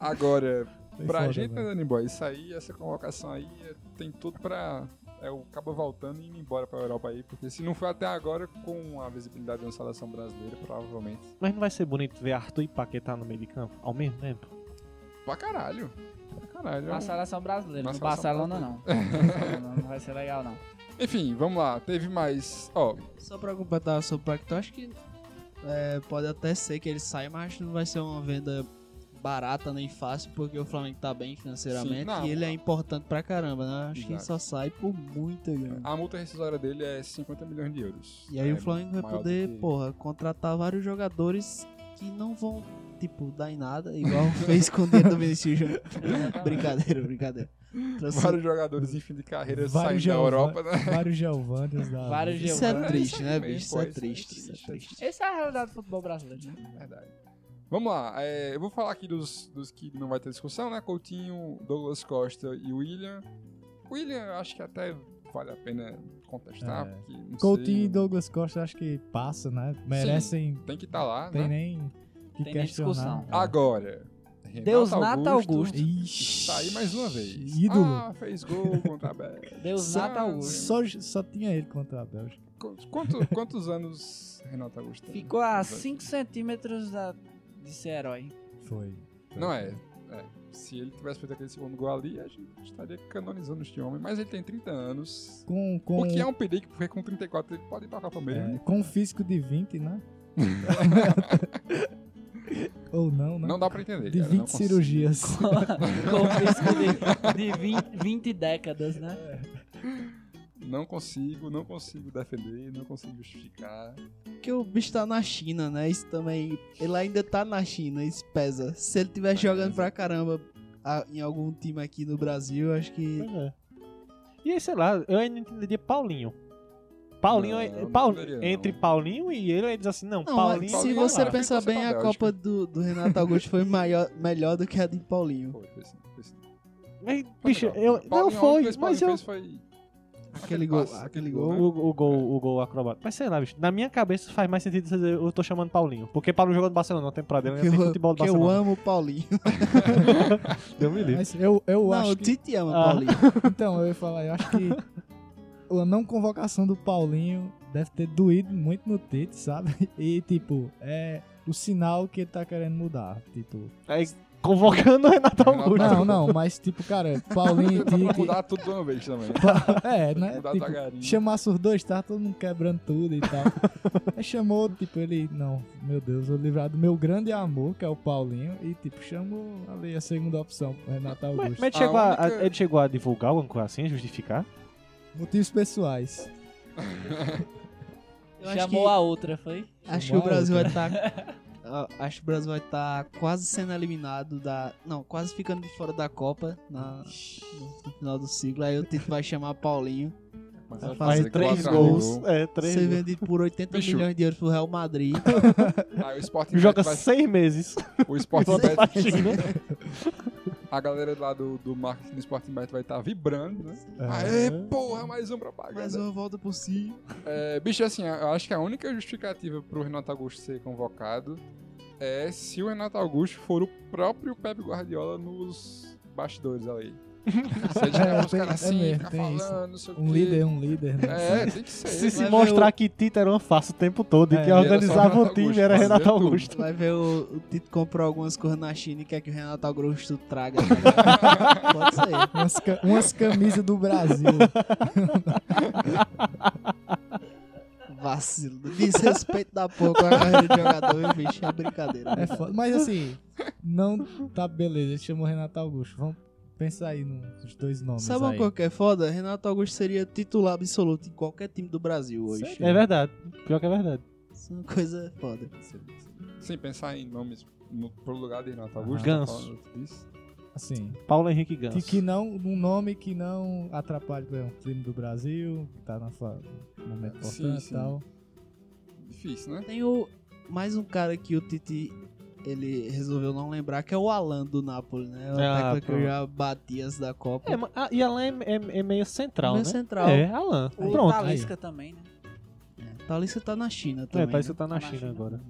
S2: agora
S6: Foi
S2: Pra
S6: foda,
S2: gente, né,
S6: velho.
S2: Danny Boy? Isso aí, essa convocação aí, é- tem tudo pra. É o Cabo voltando e indo embora pra Europa aí. Porque se não for até agora, com a visibilidade da seleção brasileira, provavelmente.
S5: Mas não vai ser bonito ver Arthur e Paquetá no meio de campo ao mesmo tempo?
S2: Pra caralho. Pra caralho.
S4: Na seleção brasileira,
S2: Na
S4: no
S2: seleção
S4: Barcelona não. Barcelona Não vai ser legal não.
S2: Enfim, vamos lá. Teve mais. Ó,
S3: Só pra completar sobre o Paquetá, acho que é, pode até ser que ele saia, mas acho que não vai ser uma venda barata nem fácil, porque o Flamengo tá bem financeiramente
S2: Sim, não.
S3: e ele é importante pra caramba, né? Acho que ele
S2: Exato.
S3: só sai por muita grana.
S2: a multa rescisória dele é 50 milhões de euros.
S3: E aí
S2: É
S3: o Flamengo vai
S2: maior do
S3: poder,
S2: que-
S3: porra, contratar vários jogadores que não vão, tipo, dar em nada, igual fez com o dedo do Vinicius Júnior. brincadeira, brincadeira. Trouxe-
S2: Vários jogadores em fim de carreira
S6: Vários
S2: saindo da
S6: Jeová-
S2: Europa, né?
S6: Vários Geovandes da.
S4: Vários
S6: vida.
S3: Isso é
S4: Giovanni.
S3: triste, né,
S2: Isso aí
S3: bicho? Isso
S2: mesmo, pô,
S3: é
S2: isso aí é
S3: triste, isso é
S2: triste.
S3: triste.
S4: Essa é a realidade do futebol brasileiro, né?
S2: Verdade. Vamos lá, é, eu vou falar aqui dos, dos que não vai ter discussão, né? Coutinho, Douglas Costa e William. William, eu acho que até vale a pena contestar,
S6: É.
S2: porque não
S6: Coutinho
S2: sei,
S6: e Douglas Costa acho que passa, né? Merecem.
S2: tem que estar lá,
S6: Tem
S2: né?
S6: nem que
S4: Tem nem
S6: questionar.
S4: discussão.
S2: Agora, Renato
S4: Deus Nata Augusto.
S6: Ixi.
S2: Tá aí mais uma vez.
S6: Ídolo.
S2: Ah, fez gol contra a Bélgica.
S4: Deus
S2: Sa-
S4: nata Augusto.
S6: Só, só tinha ele contra a Bélgica.
S2: Qu- quanto- quantos anos Renato Augusto tem?
S4: Ficou a 5 centímetros da- de ser herói.
S6: Foi.
S2: Não é. é. Se ele tivesse feito aquele segundo gol ali, a gente estaria canonizando este homem. Mas ele tem 30 anos.
S6: Com, com,
S2: O que é um perigo, porque com 34 ele pode ir pra Copa mesmo.
S6: é, com um físico de 20, né? Ou não, né?
S2: Não dá pra entender.
S6: de
S2: cara, não
S6: 20
S2: consigo.
S6: cirurgias.
S4: Com risco de, de 20, 20 décadas, né?
S2: Não consigo, não consigo defender, não consigo justificar.
S3: Porque o bicho tá na China, né? Isso também. Ele ainda tá na China, isso pesa. Se ele tiver jogando pra caramba a- em algum time aqui no Brasil, acho que.
S5: Pois é. E aí, sei lá, eu ainda entenderia Paulinho. Paulinho,
S2: Não,
S5: é-
S2: não
S5: Paul-
S2: entenderia, não.
S5: entre Paulinho e ele, ele diz assim, não,
S3: Não,
S5: Paulinho...
S3: se
S5: sei
S2: Paulinho,
S3: você
S2: claro.
S5: lá.
S3: pensar
S2: Foi
S3: bem, a
S2: pra
S3: Copa do, do Renato Augusto foi maior, melhor do que a de Paulinho.
S2: Foi, foi sim, foi sim.
S5: Mas,
S2: Foi
S5: Bicho,
S2: legal.
S5: eu... Não
S2: Paulinho, é um a única
S5: foi,
S2: vez que
S5: mas
S2: Paulinho
S5: eu...
S2: fez foi
S3: Aquele gol,
S2: passe,
S3: aquele gol.
S2: né?
S5: O, o gol, o gol acrobático. Mas sei lá, bicho. Na minha cabeça faz mais sentido dizer eu tô chamando Paulinho. Porque Paulinho jogou no Barcelona na temporada dele,
S3: Que
S5: tem
S3: eu,
S5: futebol do
S3: que eu
S5: Barcelona.
S3: amo o Paulinho.
S5: Deu me livre.
S6: Mas eu, eu
S3: Não,
S6: acho
S3: o
S6: que-
S3: Tite ama
S5: Ah.
S3: Paulinho.
S6: Então, eu ia falar, eu acho que a não convocação do Paulinho deve ter doído muito no Tite, sabe? E, tipo, é o sinal que ele tá querendo mudar. Tipo,
S5: Aí, convocando o Renato
S2: Renato
S5: Augusto.
S6: não, não, mas, tipo, cara, Paulinho
S2: Dá
S6: e
S2: pra
S6: Tite.
S2: mudar tudo de uma vez também.
S6: É,
S2: Tem que
S6: né?
S2: mudar devagarinho.
S6: Tipo, chamasse os dois, tá todo mundo quebrando tudo e tal. Aí chamou, tipo, ele, não, meu Deus, vou livrar do meu grande amor, que é o Paulinho, e, tipo, chamou ali a segunda opção, o Renato
S5: Mas,
S6: Augusto.
S5: mas ele chegou
S2: A
S5: a,
S2: única-
S5: a- ele chegou a divulgar alguma coisa assim, a justificar?
S6: Motivos pessoais.
S3: Eu acho
S4: Chamou
S3: que-
S4: a outra, foi?
S3: Acho que
S6: Chamou
S3: o
S6: a
S3: Brasil vai tá estar. Ah, acho que o Brasil vai estar quase sendo eliminado da. Não, quase ficando de fora da Copa na- no, no final do ciclo. Aí o Tite vai chamar Paulinho.
S2: Mas
S3: Vai
S2: vai
S3: fazer
S2: fazer Tá
S5: três
S2: quatro a um.
S5: gols. É, três
S3: Ser
S5: gols.
S3: vendido por 80
S2: Bicho.
S3: milhões de euros pro Real Madrid.
S2: Aí o Sporting
S5: Joga
S2: Bet vai,
S5: seis meses.
S2: o
S5: E
S2: Sporting
S5: volta pra
S2: Bet,
S5: China.
S2: a galera lá do, do marketing do Sporting Bet vai estar vibrando, né?
S5: É.
S2: Aê, porra, mais um propaganda.
S3: Mais uma volta por si.
S2: É, bicho, assim, eu acho que a única justificativa pro Renato Augusto ser convocado é se o Renato Augusto for o próprio Pepe Guardiola nos bastidores ali. Se ele
S6: É,
S2: chegar pros
S6: tem-
S2: caras
S6: é
S2: assim,
S6: mesmo,
S2: ficar
S6: tem isso.
S2: falando, não sei o
S6: Um
S2: quê.
S6: líder, um líder, né?
S2: É, tem que ser.
S5: Se se
S3: Vai ver
S5: mostrar que Tito era uma farsa o tempo todo
S6: É,
S5: e quem
S6: era só
S5: organizava
S2: Renato
S5: o time
S2: Augusto,
S5: era
S2: fazia
S5: Renato
S2: tudo.
S5: Augusto.
S3: Vai ver o, o Tite comprar algumas coisas na China e quer que o Renato Augusto traga. tá ligado? Pode ser.
S6: Umas, ca- umas camisas do Brasil.
S3: Vacilo. Desrespeito da porra com a carreira de jogador, viu, bicho. É brincadeira.
S6: É foda. Mas assim, não tá beleza. Ele chamou Renato Augusto. Vamos pensar aí nos dois nomes.
S3: Sabe uma
S6: aí.
S3: coisa que é foda? Renato Augusto seria titular absoluto em qualquer time do Brasil hoje.
S6: Sério?
S5: É verdade. Pior que é verdade.
S3: Isso é uma coisa foda.
S2: Sem pensar em nomes no, pro lugar de Renato Augusto.
S5: Ganso.
S2: tá falando disso.
S6: Assim.
S5: Paulo Henrique
S6: Que,
S5: Ganso.
S6: que não, um nome que não atrapalhe por exemplo, o time do Brasil, que tá na fa- no momento
S2: Sim,
S6: importante
S2: sim.
S6: e tal.
S2: Difícil, né?
S3: Tem o, mais um cara que o Titi ele resolveu não lembrar, que é o Alan do Napoli, né? É uma
S5: Ah,
S3: tecla que eu
S5: pronto.
S3: já bati antes da Copa.
S5: É, ma- ah, e Alan é, é- é meio central,
S3: Meio
S5: né?
S3: central.
S5: É, Alan.
S4: O
S5: Pronto.
S4: Talisca também, né?
S3: Thalissa tá na China
S5: É,
S3: também.
S5: parece que
S3: né?
S5: tá na China agora.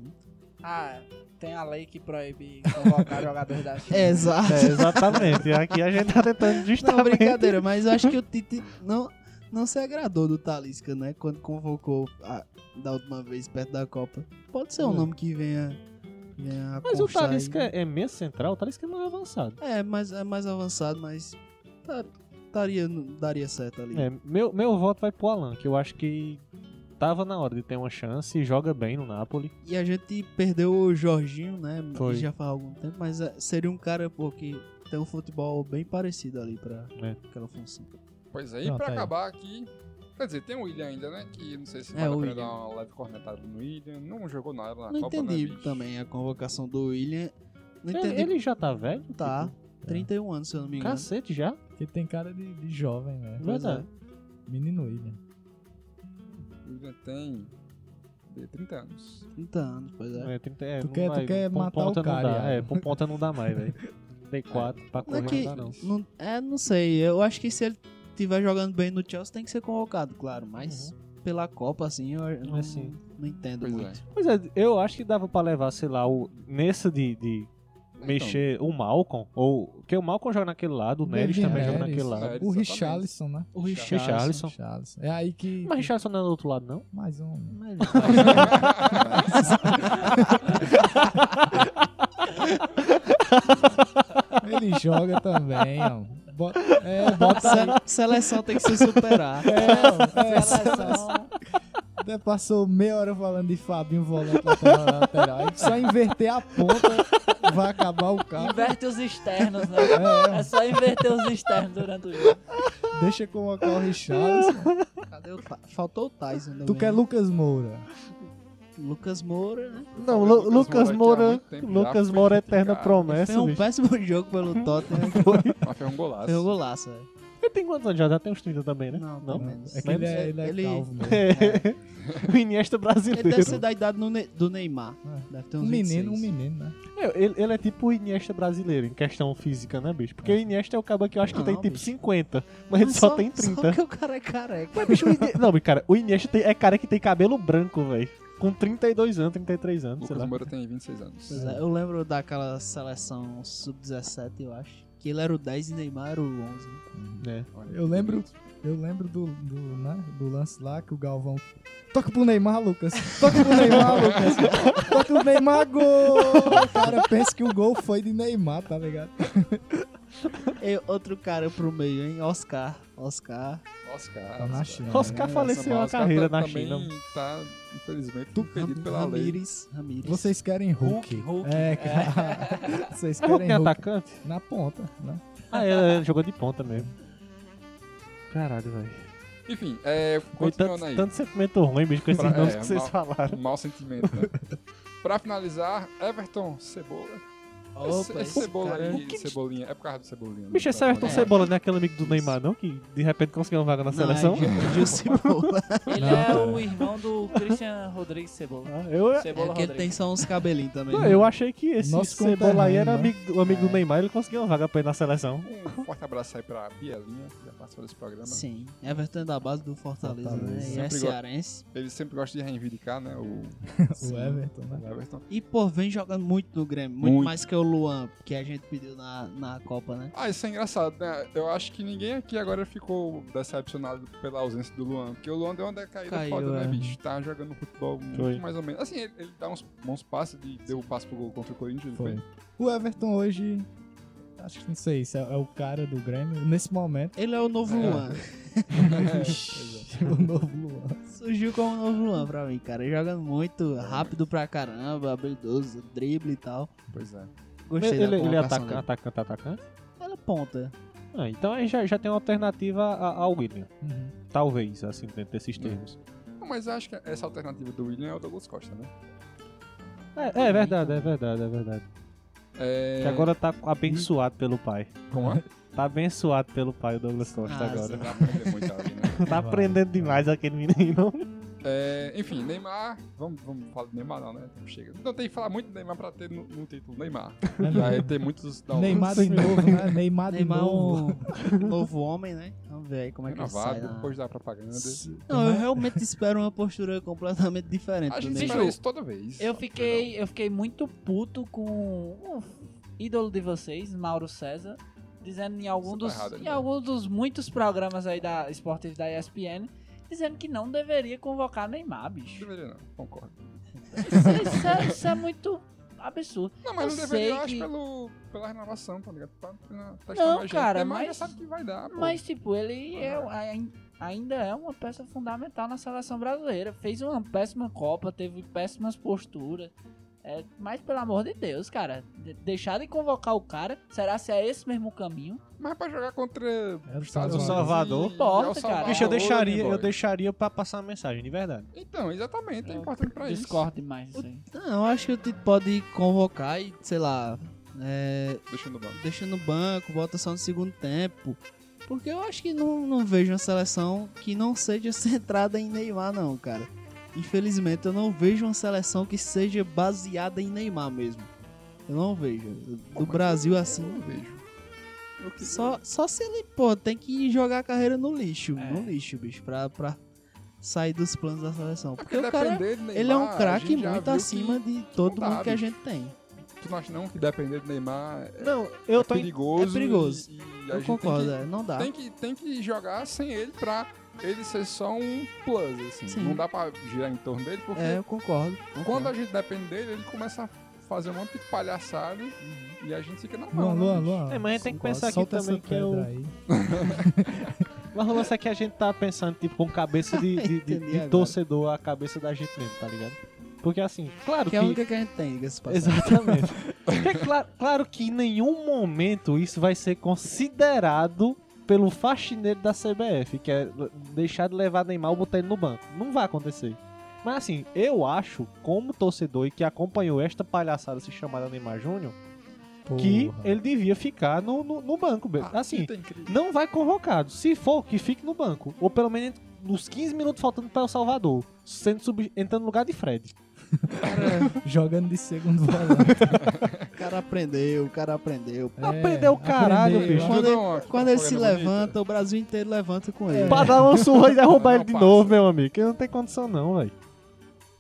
S4: Ah, tem a lei que proíbe convocar jogadores da China.
S3: É, exato.
S5: É, exatamente. E aqui a gente tá tentando
S3: Não,
S5: justamente...
S3: brincadeira, mas eu acho que o Tite não, não se agradou do Talisca, né? Quando convocou a- da última vez perto da Copa. Pode ser um
S6: É.
S3: nome que venha, venha a
S5: Mas o
S3: constar aí.
S5: Talisca é meio central, o Talisca é mais avançado.
S3: É, mas é mais avançado, mas tá- taria, daria certo ali.
S5: É, meu, meu voto vai pro Alan, que eu acho que tava na hora de ter uma chance e joga bem no Napoli.
S3: E a gente perdeu o Jorginho, né?
S5: Foi.
S3: Já faz algum tempo, mas é, seria um cara pô, que tem um futebol bem parecido ali pra
S5: É.
S3: aquela função.
S2: Pois é, e
S6: Pronto,
S2: pra
S6: aí.
S2: acabar aqui. Quer dizer, tem o William ainda, né? Que não sei se
S3: É,
S2: vai
S3: o
S2: vale a pena
S3: William.
S2: dar uma leve cornetada no William. Não jogou nada na
S3: não
S2: Copa, né,
S3: entendi
S2: bicho?
S3: também a convocação do William. Não
S5: Ele,
S3: entendi
S5: ele já tá velho?
S3: Tá. 31 anos, se eu não me engano.
S5: Cacete já?
S6: Porque tem cara de, de jovem, né?
S3: Pois
S5: Verdade.
S6: Menino William.
S2: O William tem de 30 anos.
S3: 30 anos, pois é.
S5: É, 30, é,
S6: Tu
S5: não
S6: quer- tu
S5: vai-
S6: quer
S5: por
S6: matar o
S5: ponta
S6: cara,
S5: Não dá,
S6: Iago.
S5: é, por ponta não dá mais, velho. Tem 4 pra
S3: Não é
S5: correr
S3: que.
S5: não dá não.
S3: Não, é, não sei. Eu acho que se ele tiver jogando bem no Chelsea tem que ser convocado, claro, mas
S5: Uhum.
S3: pela Copa, assim, eu eu não,
S5: Assim.
S3: não entendo
S2: Pois
S3: muito.
S5: Pois é, eu acho que dava pra levar, sei lá, o, nessa de, de Então,
S2: Então.
S5: mexer o Malcolm, ou. Porque o Malcolm joga naquele lado, o Neves
S6: David
S5: é, também joga
S6: Neres,
S5: naquele lado.
S2: Neres,
S6: O
S2: exatamente.
S6: Richarlison, né?
S3: O
S2: Richarlison.
S3: Richard,
S5: Richarlison.
S6: Richarlison. É aí que.
S5: Mas Richardson não é do outro lado, não?
S6: Mais um.
S5: tá.
S6: Ele joga também, ó. Bota, é, bota aí.
S3: seleção tem que se superar.
S6: É, é,
S4: Seleção.
S6: Até passou meia hora falando de Fabinho volante lateral, lateral. Aí só inverter a ponta vai acabar o carro.
S4: Inverte os externos, né?
S6: É,
S4: É só inverter os externos durante o jogo.
S6: deixa colocar é o Richarlison.
S3: Cadê o Ty- Faltou o Tyson também.
S6: Tu quer Lucas Moura?
S3: Lucas Moura, né?
S5: Não,
S2: Lu- Lucas
S5: Lucas
S2: Moura aqui
S5: Moura.
S2: há muito tempo já
S5: Lucas
S2: foi
S5: Moura é
S2: criticado.
S5: eterna
S3: Fez
S5: promessa.
S3: um
S5: bicho.
S3: péssimo jogo pelo Tottenham.
S2: Mas
S5: é
S2: foi um golaço.
S3: Fez um golaço, velho.
S5: Ele tem quantos anos já? Já tem uns 30 também, né?
S3: Não,
S5: não.
S3: pelo menos.
S6: É que ele é, ele é
S3: Ele-
S6: calvo mesmo.
S5: É. o Iniesta
S3: Ele
S5: brasileiro.
S3: deve ser da idade no Ne- do Neymar. Deve ter
S6: Um
S3: uns
S6: menino, um
S3: 26.
S6: menino, né?
S5: É, Ele, ele é tipo o Iniesta brasileiro em questão física, né, bicho? Porque o Iniesta é o cabo que eu acho que
S3: Não,
S5: tem tipo
S3: bicho.
S5: 50, mas ele só, tem 30.
S3: Só que o cara é careca.
S5: Mas, bicho, o Ine- Não, mas, cara, o Iniesta tem- é cara que tem cabelo branco, velho. Com 32 anos, 33 anos, sei
S2: Lucas
S5: lá.
S2: Moura tem 26 anos.
S3: Pois é, eu lembro daquela seleção sub-17, eu acho. Que ele era o 10 e Neymar era o 11.
S5: É.
S2: Olha,
S6: Eu lembro, eu lembro do, do, né, do lance lá que o Galvão. Toca pro Neymar, Lucas! Toca pro Neymar, Lucas! Toca pro Neymar, gol! O cara pensa que o gol foi de Neymar, tá ligado?
S3: E outro cara pro meio, hein? Oscar. Oscar.
S2: Oscar.
S6: Tá na China.
S5: Oscar
S6: né?
S5: faleceu
S2: Essa-
S5: a
S2: Oscar
S5: carreira
S2: tá-
S5: na
S2: também
S5: China.
S2: tá, infelizmente, tudo perdido
S3: Ram-
S2: pela lei.
S3: Ramírez. Ramírez.
S6: Vocês querem Hulk?
S3: Hulk, Hulk.
S6: É, cara. Vocês
S5: É Hulk
S6: querem
S5: é
S6: Hulk
S5: atacante?
S6: na ponta, né?
S5: Ah, ele ele jogou de ponta mesmo. Caralho, velho.
S2: Enfim, é,
S5: Foi
S2: continuando aí.
S5: Tanto, tanto sentimento ruim, bicho, com esses
S2: Pra-
S5: nomes
S2: é,
S5: que vocês
S2: mal-
S5: falaram.
S2: Um mau sentimento, né? pra finalizar, Everton Cebola. esse,
S3: Opa,
S2: esse Cebola
S3: cara-
S2: aí,
S5: O que que-
S2: Cebolinha. É por causa do Cebolinha.
S5: Bicho, esse Everton
S2: É.
S5: Cebola não é aquele amigo do Neymar, não? Que de repente conseguiu uma vaga na
S3: Não,
S5: seleção?
S3: é Gil- Gil Cebola.
S4: Ele é o irmão do Christian Rodrigues Cebola.
S5: Ah, eu,
S4: Cebola
S3: é que ele tem
S4: Rodrigues.
S3: só uns cabelinhos também.
S5: Não,
S3: né?
S5: eu achei que esse
S6: Nosso
S5: Cebola aí era
S6: conterrâneo, né?
S5: amigo, do- amigo do Neymar, ele conseguiu uma vaga pra ir na seleção.
S2: Um forte abraço aí pra Bielinha, que já participou desse programa.
S3: Sim. Everton é da base do Fortaleza,
S6: Fortaleza.
S3: né? E
S2: Sempre
S3: é
S2: gosto.
S3: cearense.
S2: Ele sempre gosta de reivindicar, né? O,
S6: O Everton, né?
S2: o Everton.
S3: E, pô, vem jogando muito no Grêmio. Muito,
S2: Muito.
S3: mais que o Luan, que a gente pediu na, na Copa, né?
S2: Ah, isso é engraçado, né? Eu acho que ninguém aqui agora ficou decepcionado pela ausência do Luan, porque o Luan deu uma decaída
S3: Caiu,
S2: foda, né,
S3: é.
S2: bicho? Tá jogando futebol muito
S5: Foi.
S2: mais ou menos. Assim, ele, ele dá uns bons passes, ele deu o passe pro gol contra o Corinthians.
S6: Foi.
S2: ele
S6: O Everton hoje. Acho que não sei se é, é o cara do Grêmio. Nesse momento.
S3: Ele é o novo
S2: É.
S3: Luan.
S6: é, o novo Luan.
S3: Surgiu como um novo Luan pra mim, cara. Jogando muito, rápido pra caramba, habilidoso, drible e tal.
S2: Pois é.
S3: Gostei
S5: Ele,
S3: da
S5: ele é
S3: convocação
S5: atacante, atacante, atacante.
S3: dele. Ela ponta.
S5: Ah, então aí já, já tem uma alternativa a- ao William.
S6: Uhum.
S5: Talvez, assim, dentro desses
S2: Hum.
S5: termos.
S2: Não, mas eu acho que essa alternativa do William é o Douglas Costa, né?
S5: É, é verdade, é verdade, é verdade.
S2: É...
S5: Que agora tá abençoado pelo pai.
S2: Como é?
S5: Tá abençoado pelo pai do Douglas Costa
S3: Ah,
S5: agora.
S2: Você vai aprender muito ali, né?
S5: Tá aprendendo demais aquele menino.
S2: É, enfim, Neymar. Vamos, vamos falar do Neymar, não, né? Não Chega. Não tem que falar muito do Neymar pra ter no, no título Neymar. Vai ter muitos. downloads.
S6: Uhum. Neymar de novo, né? Neymar de
S3: Neymar é
S6: novo.
S3: um novo homem, né? Vamos ver aí como é que ele sai.
S2: renovado
S3: Na...
S2: depois da propaganda.
S3: Não,
S6: é?
S3: eu realmente espero uma postura completamente diferente
S2: A
S3: do
S2: gente
S4: Bicho,
S2: espera
S3: Neymar.
S2: isso toda vez.
S4: Eu fiquei, eu fiquei muito puto com o ídolo de vocês, Mauro César, dizendo em algum
S2: Você tá
S4: dos,
S2: errado,
S4: em
S2: Edgar.
S4: algum dos muitos programas aí da esportes da ESPN, dizendo que não deveria convocar Neymar, bicho.
S2: Deveria não, concordo.
S4: Isso, isso é, isso é muito absurdo.
S2: Não,
S4: Eu
S2: mas não deveria,
S4: sei
S2: eu acho,
S4: que-
S2: pelo, pela renovação, tá ligado? Pra, pra testar
S4: Não,
S2: mais gente.
S4: cara,
S2: Neymar já
S4: mas-
S2: sabe que vai dar, pô.
S4: Mas tipo, ele é, ai- ainda é uma peça fundamental na seleção brasileira. Fez uma péssima Copa, teve péssimas posturas. É, mas pelo amor de Deus, cara, de- deixar de convocar o cara, será se é esse mesmo caminho?
S2: Mas pra jogar contra
S6: É o
S2: Estados
S6: Salvador.
S2: Unidos e-
S5: Salvador.
S2: e
S4: Porta,
S2: El Salvador, né,
S4: cara.
S5: Bicho, eu
S4: Olha,
S5: deixaria, eu
S2: boy.
S5: deixaria pra passar a mensagem, de verdade.
S2: Então, exatamente, é
S4: Eu
S2: importante pra isso.
S4: Discordo demais disso aí.
S3: Não, eu acho que o Tite pode convocar e, sei lá, é,
S2: Deixando o banco.
S3: deixa no banco, bota só no segundo tempo. Porque eu acho que não, não vejo uma seleção que não seja centrada em Neymar, não, cara. Infelizmente, eu não vejo uma seleção que seja baseada em Neymar mesmo. é Eu não vejo. Do Brasil, assim,
S2: Eu não vejo. Eu queria-
S3: Só, só se ele, pô, tem que jogar a carreira no lixo,
S4: É.
S3: no lixo, bicho, pra, pra sair dos planos da seleção.
S2: É
S3: Porque o cara,
S2: depender de
S3: ele é um
S2: Neymar, a
S3: craque
S2: gente já
S3: muito
S2: viu
S3: acima de todo
S2: não dá,
S3: mundo que a
S2: bicho.
S3: gente tem.
S2: Que, tu não acha não que depender de Neymar é
S5: Não, eu tô.
S2: perigoso?
S3: é perigoso.
S2: E, e a
S3: Eu
S2: gente tem que-
S3: concordo, é, não dá.
S2: Tem que, tem que jogar sem ele pra ele ser só um plus, assim.
S3: Sim.
S2: Não dá pra girar em torno dele, porque
S3: É, eu concordo.
S2: quando
S3: concordo.
S2: a gente depende dele, ele começa a fazer um monte de palhaçada e a gente fica na mão.
S6: Luan,
S2: né,
S6: Luan,
S2: bicho?
S6: Luan.
S5: É, mas a gente tem que pensar aqui
S6: Solta essa
S5: também que é o-
S6: pedra aí.
S5: Mas o lance é que a gente tá pensando, tipo, com cabeça de, de- de- de
S3: Entendi agora.
S5: torcedor a cabeça da gente mesmo, tá ligado? Porque assim, claro
S3: Que
S5: que.
S3: é a única que a gente tem, diga-se de passagem.
S5: Exatamente. Porque é claro, claro que em nenhum momento isso vai ser considerado pelo faxineiro da CBF, que é deixar de levar Neymar e botar ele no banco. Não vai acontecer. Mas assim, eu acho, como torcedor e que acompanhou esta palhaçada se chamada Neymar Júnior, que
S6: Porra.
S5: ele devia ficar no, no, no banco. be-
S2: Ah,
S5: Assim,
S2: Eita, incrível.
S5: não vai convocado. Se for, que fique no banco. Ou pelo menos nos 15 minutos faltando para o Salvador, sendo sub... entrando no lugar de Fred. tá
S6: Jogando de segundo volante.
S3: O cara aprendeu, o cara aprendeu.
S2: Tá
S5: Aprendeu o
S6: É,
S5: caralho, bicho.
S2: Ajuda
S3: Quando ele,
S2: uma-
S3: quando ele
S2: uma
S3: se
S2: corrida
S3: levanta, o Brasil inteiro levanta com ele.
S5: Pra dar uma surra e derrubar
S2: Não
S5: ele de
S2: passa.
S5: novo, meu amigo. Que não tem condição, não, velho.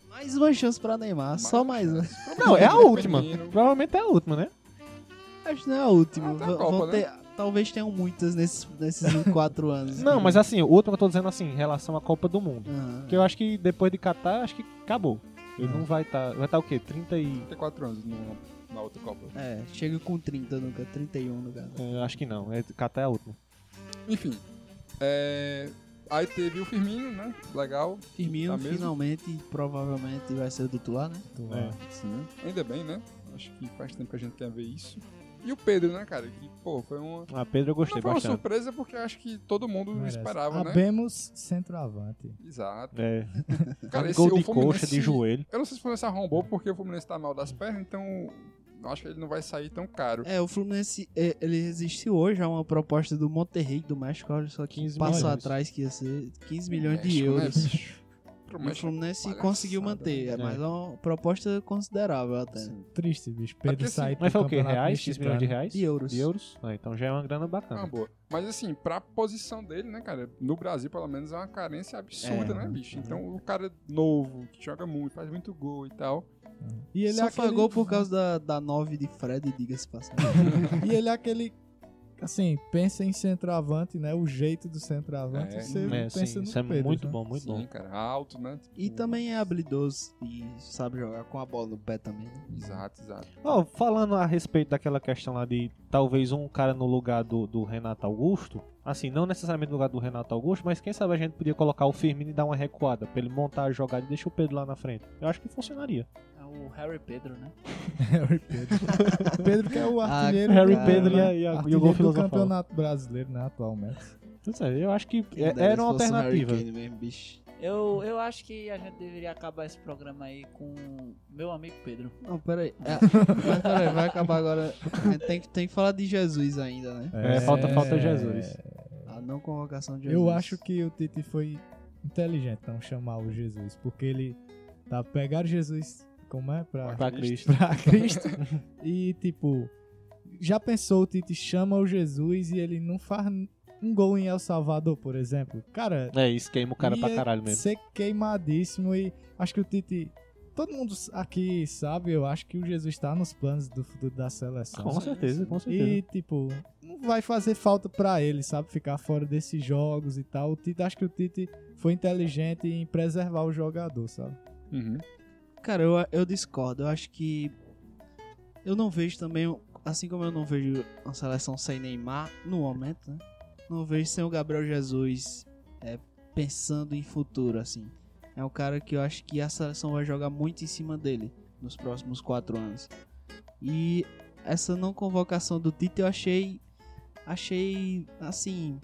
S3: Mais uma chance pra Neymar, só mais um. uma.
S5: Não, é a
S2: Menino.
S5: última. Provavelmente é a última, né?
S3: Acho que não é a última.
S2: Até a
S3: Vão-
S2: Copa,
S3: vão
S2: né?
S3: ter- Talvez tenham muitas nesses, nesses quatro anos.
S5: Não, mas assim, o último que eu tô dizendo assim, em relação à Copa do Mundo.
S3: Aham.
S5: Porque eu acho que depois de Catar, acho que acabou. Ele não vai estar. Vai estar o quê? 30 e.
S2: 34 anos no- na outra Copa.
S3: É, chega com 30 nunca, 31 no
S2: Tá
S3: caso.
S5: eh, acho que não. É, Catar é a última.
S2: Enfim. é, Aí teve o Firmino, né? Legal.
S3: Firmino
S2: Tá mesmo?
S3: finalmente, provavelmente vai ser o titular, né?
S5: É.
S2: Ah, Sim. Ainda bem, né? Acho que faz tempo que a gente tem a ver isso. E o Pedro, né, cara? Que, pô, foi uma.
S5: Ah, Pedro, eu gostei
S2: Não foi uma
S5: bastante.
S2: surpresa porque acho que todo mundo
S6: Merece.
S3: Ah,
S2: esperava, né?
S6: Abemos centroavante.
S2: Exato.
S5: É,
S2: Cara,
S5: gol de
S2: o Fluminense-
S5: coxa, de joelho.
S2: Eu não sei se o Fluminense arrombou porque o Fluminense tá mal das pernas, então acho que ele não vai sair tão caro.
S3: É, o Fluminense, é, ele resistiu hoje a uma proposta do Monterrey do México, olha só que
S5: 15
S3: passou
S5: milhões.
S3: atrás que ia ser 15 milhões de
S2: México, né,
S3: euros.
S2: bicho? Pro
S3: E o
S2: México.
S3: Fluminense
S2: é palhaçada,
S3: né, conseguiu manter,
S5: né?
S3: é, mas é uma proposta considerável até.
S2: Sim.
S6: Triste, bicho.
S2: É porque,
S6: Pedro
S2: assim,
S6: sai
S5: Mas
S6: do
S5: foi o quê?
S6: campeonato
S5: Reais? X milhões de
S6: mexicano.
S5: reais?
S3: De euros.
S5: Ah, então já é uma grana
S2: É uma
S5: bacana.
S2: boa. Mas assim, pra posição dele, né, cara? No Brasil, pelo menos, é uma carência absurda,
S3: É.
S2: né, bicho? Então o cara novo, que joga muito, faz muito gol e tal.
S6: E ele
S3: Só
S6: é aquele...
S3: foi gol por causa da, da 9 de Fred, diga-se passagem.
S6: E ele é aquele. Assim, pensa em centroavante, né? O jeito do centroavante.
S2: É.
S6: você
S5: É,
S6: pensa
S5: sim,
S6: no
S5: isso é
S6: Pedro,
S5: muito
S6: né?
S5: bom, muito
S2: Sim,
S5: bom.
S2: cara. Alto, né? Tipo,
S3: E também é habilidoso e sabe jogar com a bola no pé também. né?
S2: Exato, exato.
S5: Ó, falando a respeito daquela questão lá de talvez um cara no lugar do, do Renato Augusto, assim, não necessariamente no lugar do Renato Augusto, mas quem sabe a gente podia colocar o Firmino e dar uma recuada pra ele montar a jogada e deixar o Pedro lá na frente. Eu acho que funcionaria.
S4: É o Harry Pedro, né?
S6: Harry Pedro. Pedro que é o artilheiro.
S5: Ah, Harry
S6: do-
S5: Pedro e a- e a- e o
S6: artilheiro
S5: gol
S6: do
S5: filosofal.
S6: campeonato brasileiro, né? Atualmente.
S5: Não sei, eu acho que é-
S3: Quem dera
S5: era uma
S3: se fosse um Harry
S5: alternativa.
S3: Kane mesmo, bicho.
S4: Eu, eu acho que a gente deveria acabar esse programa aí com meu amigo Pedro.
S3: Não, peraí. É, mas peraí, vai acabar agora. É, Tem que, tem que falar de Jesus ainda, né?
S5: É, falta- falta Jesus.
S3: A não convocação de Jesus.
S6: Eu acho que o Tite foi inteligente não chamar o Jesus, porque ele tá pegar Jesus, como é? Pra,
S5: Pra Cristo.
S6: pra Cristo. e tipo, já pensou o Tite chama o Jesus e ele não faz um gol em El Salvador, por exemplo? Cara,
S5: É, isso queima o cara
S6: ia
S5: pra caralho mesmo.
S6: ser queimadíssimo e acho que o Tite Todo mundo aqui sabe, eu acho que o Jesus tá nos planos do futuro da seleção.
S5: Com certeza, com certeza.
S6: E, tipo, não vai fazer falta pra ele, sabe? Ficar fora desses jogos e tal. O Tite, acho que o Tite foi inteligente em preservar o jogador, sabe?
S2: Uhum.
S3: Cara, eu, eu discordo. Eu acho que. Eu não vejo também. Assim como eu não vejo uma seleção sem Neymar, no momento, né? Não vejo sem o Gabriel Jesus é, pensando em futuro, assim. É um cara que eu acho que a seleção vai jogar muito em cima dele nos próximos quatro anos. E essa não convocação do Tite eu achei. Achei. Assim.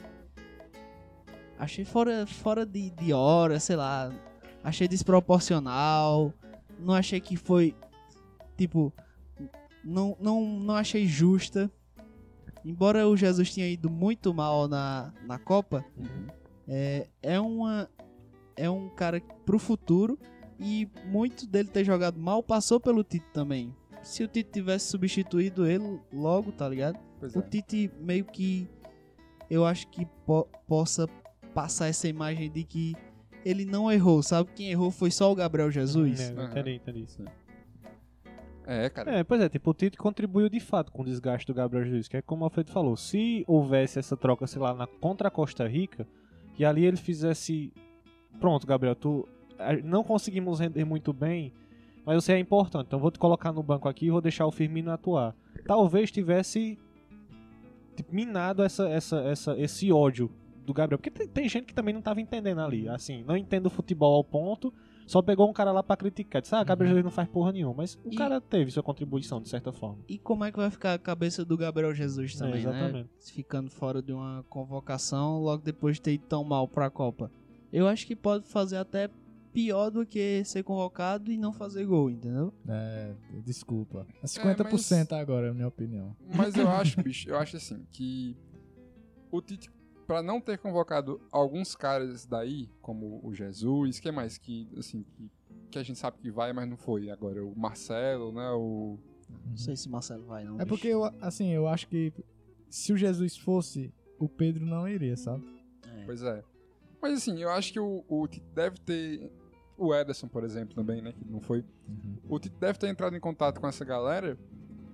S3: Achei fora, fora de, de hora, sei lá. Achei desproporcional. Não achei que foi. Tipo. Não, não, não achei justa. Embora o Jesus tenha ido muito mal na, na Copa,
S2: uhum.
S5: Uhum.
S3: é, é uma. É um cara pro futuro. E muito dele ter jogado mal passou pelo Tite também. Se o Tite tivesse substituído ele logo, tá ligado?
S2: Pois
S3: o
S2: é.
S3: Tite meio que eu acho que po- possa passar essa imagem de que ele não errou, sabe? Quem errou foi só o Gabriel Jesus.
S5: É,
S2: Aham.
S5: entendi, entendi.
S2: É, cara.
S5: É, pois é, tipo, o Tite contribuiu de fato com o desgaste do Gabriel Jesus, que é como o Alfredo falou, se houvesse essa troca, sei lá, na contra a Costa Rica, e ali ele fizesse. Pronto, Gabriel, tu. a- Não conseguimos render muito bem, mas você é importante, então vou te colocar no banco aqui e vou deixar o Firmino atuar. Talvez tivesse tipo, minado essa, essa, essa, esse ódio do Gabriel, porque tem, tem gente que também não tava entendendo ali, assim, não entende o futebol ao ponto. Só pegou um cara lá pra criticar. Disse, ah, Gabriel Jesus não faz porra nenhuma. Mas o
S3: Uhum. E-
S5: cara teve sua contribuição, de certa forma.
S3: E como é que vai ficar a cabeça do Gabriel Jesus
S5: É,
S3: também, né?
S5: exatamente.
S3: Ficando fora de uma convocação logo depois de ter ido tão mal pra Copa. Eu acho que pode fazer até pior do que ser convocado e não fazer gol, entendeu?
S6: É, desculpa. É
S2: É, mas-
S6: 50% agora, é a minha opinião.
S2: Mas eu acho, bicho, eu acho assim, que o Tite, pra não ter convocado alguns caras daí, como o Jesus, quem mais que, assim, que, que a gente sabe que vai, mas não foi agora, o Marcelo, né, o...
S3: Não sei se o Marcelo vai, não.
S6: Uhum. É
S3: bicho.
S6: porque, eu, assim, eu acho que se o Jesus fosse, o Pedro não iria, sabe?
S2: Pois é. Mas assim, eu acho que o, o Tite deve ter... O Ederson, por exemplo, também, né, que não foi.
S6: Uhum.
S2: O Tite deve ter entrado em contato com essa galera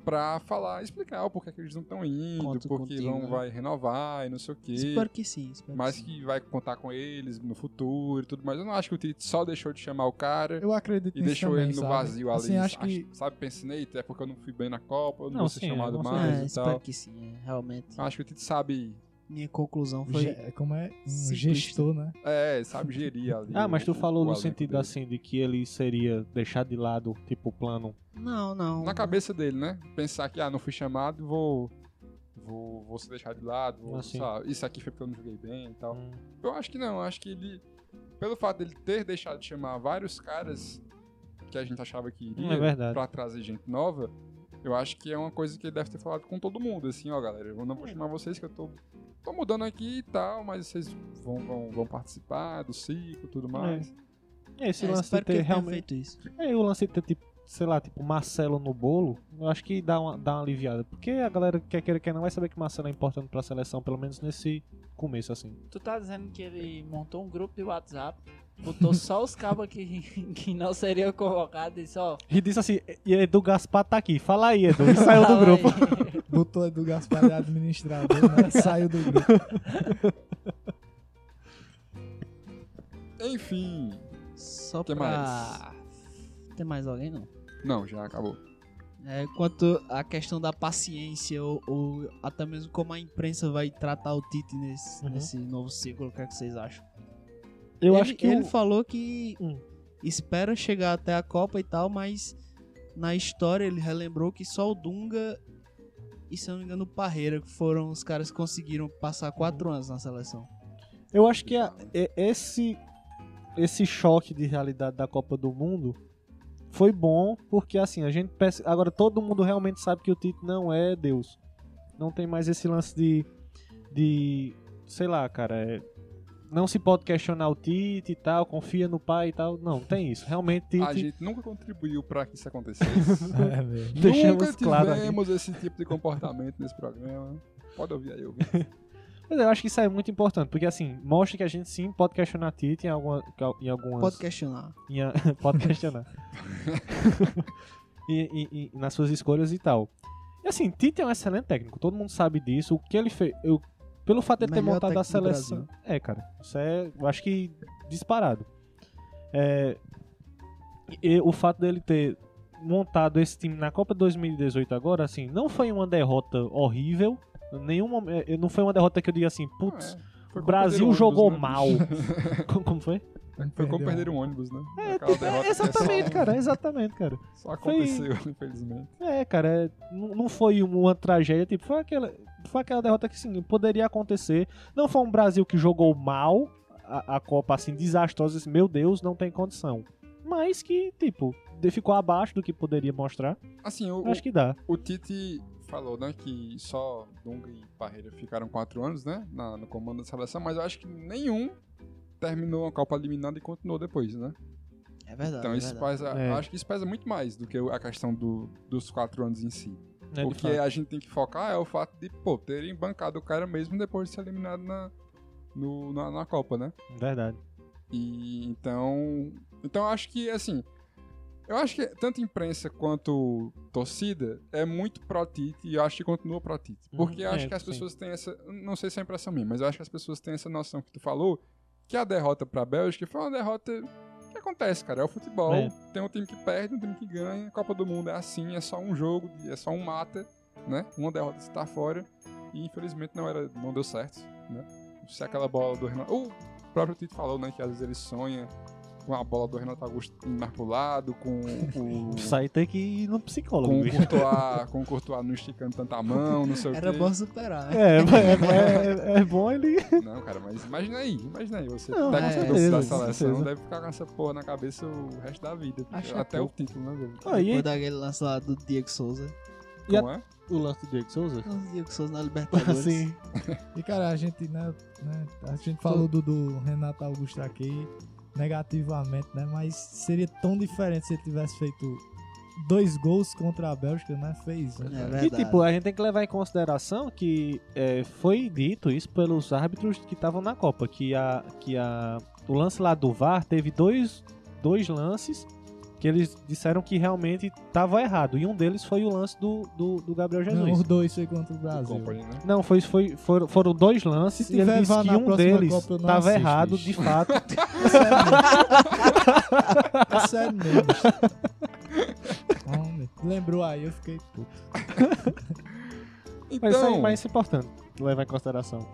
S2: pra falar, explicar o porquê que eles não estão indo,
S3: Conto
S2: porque
S3: contigo,
S2: não
S3: né?
S2: vai renovar e não sei o quê.
S3: Espero que sim, espero
S2: mas
S3: que sim.
S2: que vai contar com eles no futuro e tudo mais. Eu não acho que o Tite só deixou de chamar o cara
S6: Eu acredito
S2: e
S6: nisso
S2: deixou
S6: também,
S2: ele no
S6: sabe?
S2: vazio ali.
S6: Assim, acho que
S2: Acho- sabe, pensei, "Eita, é porque eu não fui bem na Copa, eu não,
S5: Não,
S2: vou ser
S5: sim,
S2: chamado
S5: com
S2: mais
S3: É,
S2: e
S3: espero
S2: tal. Ah.
S3: que sim, é, realmente.
S2: Eu acho que o Tite sabe,
S3: Minha conclusão
S6: ge-
S3: foi.
S6: é como é um
S3: Simplista.
S6: gestor, né?
S2: é, sabe gerir ali.
S5: Ah, mas tu
S2: o-
S5: falou
S2: o
S5: no
S2: elenco
S5: sentido
S2: dele.
S5: assim de que ele seria deixar de lado, tipo, o plano.
S3: Não, não. É,
S2: Na cabeça dele, né? Pensar que, ah, não fui chamado, vou... Vou, vou se deixar de lado, vou,
S5: Ah, sim.
S2: sabe, isso aqui foi porque eu não joguei bem e tal.
S3: Então,
S5: Hum,
S2: Eu acho que não, eu acho que ele, pelo fato dele ter deixado de chamar vários caras que a gente achava que iria
S5: É verdade.
S2: pra trazer gente nova, eu acho que é uma coisa que ele deve ter falado com todo mundo, assim, ó, galera, eu não vou
S5: É.
S2: chamar vocês que eu tô, tô mudando aqui e tal, mas vocês vão, vão, vão participar do ciclo e tudo mais.
S5: É, esse
S3: É,
S5: lance de
S3: espero que
S5: ter
S3: ele tenha
S5: realmente.
S3: feito isso.
S5: É, o lance de ter, tipo, sei lá, tipo, Marcelo no bolo, eu acho que dá uma, dá uma aliviada. Porque a galera quer queira quer não vai saber que Marcelo é importante pra seleção, pelo menos nesse começo, assim.
S4: Tu tá dizendo que ele montou um grupo de WhatsApp, botou só os cabos que, que não seriam convocados e só.
S5: E disse assim, e Edu Gaspar tá aqui. Fala aí, Edu. E saiu do grupo.
S6: Botou Edu Gaspar de administrador, né? saiu do grupo.
S2: Enfim,
S3: Só
S2: Que
S3: pra. Tem mais alguém, não?
S2: não, já acabou.
S3: É, quanto à questão da paciência, ou, ou até mesmo como a imprensa vai tratar o Tite nesse,
S5: Uhum.
S3: nesse novo ciclo, o que, é que vocês acham?
S5: Eu
S3: ele,
S5: acho que.
S3: ele
S5: o-
S3: falou que
S5: Hum.
S3: espera chegar até a Copa e tal, mas na história ele relembrou que só o Dunga e, se eu não me engano, o Parreira que foram os caras que conseguiram passar quatro
S5: Uhum.
S3: anos na seleção.
S5: Eu acho que a- e- esse esse choque de realidade da Copa do Mundo foi bom, porque assim, a gente perce- agora todo mundo realmente sabe que o Tite não é Deus. Não tem mais esse lance de de sei lá, cara, é- não se pode questionar o Tite e tal, confia no pai e tal. Não, tem isso. Realmente
S2: A
S5: Tite
S2: gente nunca contribuiu pra que isso acontecesse.
S6: É mesmo.
S5: deixamos
S2: nunca
S5: claro aqui.
S2: tivemos esse tipo de comportamento nesse programa. Pode ouvir aí, eu.
S5: Mas eu acho que isso é muito importante, porque assim, mostra que a gente sim pode questionar Tite em alguma em algumas
S3: Pode questionar.
S5: em a- pode questionar. e, e- e nas suas escolhas e tal. E assim, Tite é um excelente técnico, todo mundo sabe disso. O que ele fez. Eu, pelo fato de ele ter
S3: Melhor
S5: montado a
S3: técnico do
S5: seleção. É, cara. Isso é. Eu acho que disparado. É, e o fato dele ter montado esse time na Copa 2018 agora, assim, não foi uma derrota horrível. Nenhum momento, não foi uma derrota que eu diga assim,
S2: é,
S5: putz, o Brasil jogou mal. Como- Como foi?
S2: né? Foi como
S6: Perdeu.
S2: perder um ônibus, né?
S5: É,
S2: Aquela
S5: tipo, é,
S2: derrota que só-
S5: exatamente, cara, exatamente, cara.
S2: Só aconteceu, infelizmente.
S5: É, cara, é, não não foi uma tragédia, tipo, foi aquela, foi aquela derrota que sim, poderia acontecer. Não foi um Brasil que jogou mal a, a Copa, assim, desastrosa, assim, meu Deus, não tem condição. Mas que, tipo, de- ficou abaixo do que poderia mostrar.
S2: Assim, o,
S5: Eu acho que dá.
S2: o Tite falou, né, que só Dunga e Parreira ficaram quatro anos, né, na- no comando da seleção, mas eu acho que nenhum terminou a Copa eliminada e continuou depois, né?
S3: É verdade.
S2: Então
S3: é
S2: isso
S3: verdade.
S2: pesa,
S5: É.
S2: eu acho que isso pesa muito mais do que a questão do- dos quatro anos em si.
S5: É, de
S2: o que
S5: fato.
S2: a gente tem que focar é o fato de, pô, terem bancado o cara mesmo depois de ser eliminado na, no- na, na Copa, né?
S5: Verdade.
S2: E então. Então eu acho que, assim. Eu acho que tanto imprensa quanto torcida é muito pró-Tite e eu acho que continua pró-Tite.
S5: Uhum,
S2: Porque eu acho
S5: é,
S2: que as
S5: sim.
S2: pessoas têm essa. Não sei se é impressão minha, mas eu acho que as pessoas têm essa noção que tu falou que a derrota pra Bélgica foi uma derrota que acontece, cara. É o futebol.
S5: É.
S2: Tem um time que perde, um time que ganha. Copa do Mundo é assim, é só um jogo, é só um mata, né? Uma derrota você tá fora. E infelizmente não, era, não deu certo, né? Se aquela bola do Renato. O próprio Tito falou, né? Que às vezes ele sonha com a bola do Renato Augusto marpulado, com o.
S5: Isso aí tem que ir no psicólogo,
S2: Com o
S5: bicho.
S2: Courtois, com o Courtois não esticando tanta mão, não sei o quê.
S3: Era bom superar, né?
S5: É, é, é, é bom ele.
S2: Não, cara, mas imagina aí, imagina aí. Você
S5: Não, é,
S2: pega
S3: com
S2: os
S3: certeza,
S2: da
S5: com
S2: seleção,
S5: certeza.
S2: deve ficar com essa porra na cabeça o resto da vida.
S4: Acho que
S2: até
S4: é
S2: o título, né, velho?
S5: Ah, e
S3: Depois daquele lance lá do Diego Souza.
S5: E
S2: Como é?
S5: o lance do Diego Souza?
S3: O Diego Souza na Libertadores.
S5: Assim,
S6: E cara, a gente, né, né, a gente falou do, do Renato Augusto aqui negativamente, né? Mas seria tão diferente se ele tivesse feito dois gols contra a Bélgica, né? Fez.
S3: É
S6: um.
S3: verdade.
S5: E tipo, a gente tem que levar em consideração que é, foi dito isso pelos árbitros que estavam na Copa, que, a, que a, o lance lá do VAR teve dois, dois lances que eles disseram que realmente estava errado. E um deles foi o lance do, do, do Gabriel
S6: Não, os
S5: Jesus.
S6: dois foi contra o Brasil.
S2: Company, né?
S5: Não, foi, foi, foram, foram dois lances
S6: Se
S5: e ele
S6: tiver
S5: disse
S6: VAR
S5: que
S6: na
S5: um
S6: próxima
S5: deles
S6: Copa, eu não
S5: estava
S6: assisto,
S5: errado
S6: bicho.
S5: de fato.
S6: É Sério mesmo. Homem, Lembrou aí, eu fiquei puto.
S5: Mas isso aí
S2: Então,
S5: é mais importante levar em consideração.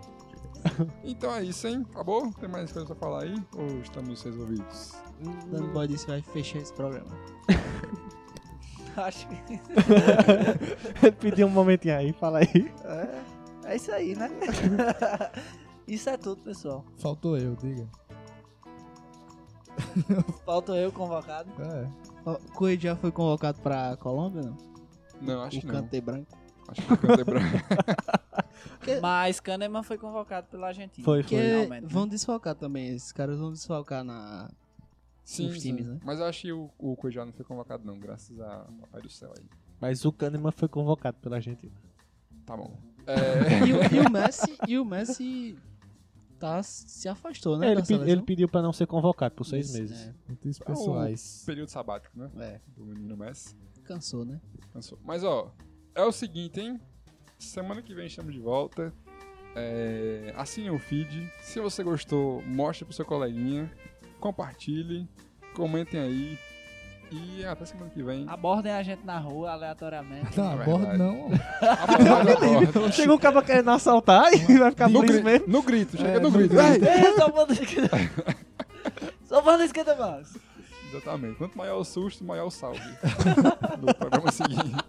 S2: então é isso, hein? Acabou? Tem mais coisa pra falar aí? Ou estamos resolvidos?
S3: Dando bode, isso vai fechar esse programa.
S4: Acho que
S5: Pedir um momentinho aí, fala aí.
S4: é isso aí, né? Isso é tudo, pessoal.
S6: Faltou eu, diga.
S4: Falta eu convocado.
S6: É.
S3: Ó, O Coelho já foi convocado pra Colômbia, não?
S2: Não, acho
S3: o
S2: que não.
S3: Kanté branco.
S2: Acho que o canto é branco.
S4: Mas Kahneman foi convocado pela Argentina.
S5: Foi,
S3: Porque
S5: foi.
S4: Finalmente, né?
S3: vão desfalcar também. Esses caras vão desfalcar na...
S2: Sim,
S3: Os times,
S2: sim.
S3: né?
S2: Mas eu acho que o, o Cuiabá não foi convocado, não, graças a Papai do Céu aí.
S5: Mas o Kahneman foi convocado pela Argentina.
S2: Tá bom. É,
S3: E o, e o Messi... E o Messi... Tá, se afastou, né?
S5: É,
S3: da
S5: ele, pe-
S3: seleção.
S5: ele pediu pra não ser convocado por seis
S3: Isso,
S5: meses.
S6: Muitos
S2: Tá
S6: pessoais.
S2: período sabático, né?
S3: É,
S2: Do menino Messi.
S3: cansou, né?
S2: Cansou. Mas ó, é o seguinte, hein? Semana que vem estamos de volta. É, assinem o feed. Se você gostou, mostre pro seu coleguinha. Compartilhe. Comentem aí. E até semana que vem.
S4: Abordem a gente na rua aleatoriamente.
S6: Não,
S2: É
S6: aborda
S2: verdade.
S6: não.
S2: Ah, Aborda, aborda.
S5: Chegou o cara querendo assaltar e vai ficar
S2: No,
S5: preso
S2: gri-
S5: mesmo.
S2: no grito, chega
S6: É,
S2: no
S6: no
S2: grito.
S6: grito.
S2: Ei!
S4: Ei, só banda esquerda. Só banda esquerda, mais.
S2: Exatamente. Quanto maior o susto, maior o salve. no programa seguinte.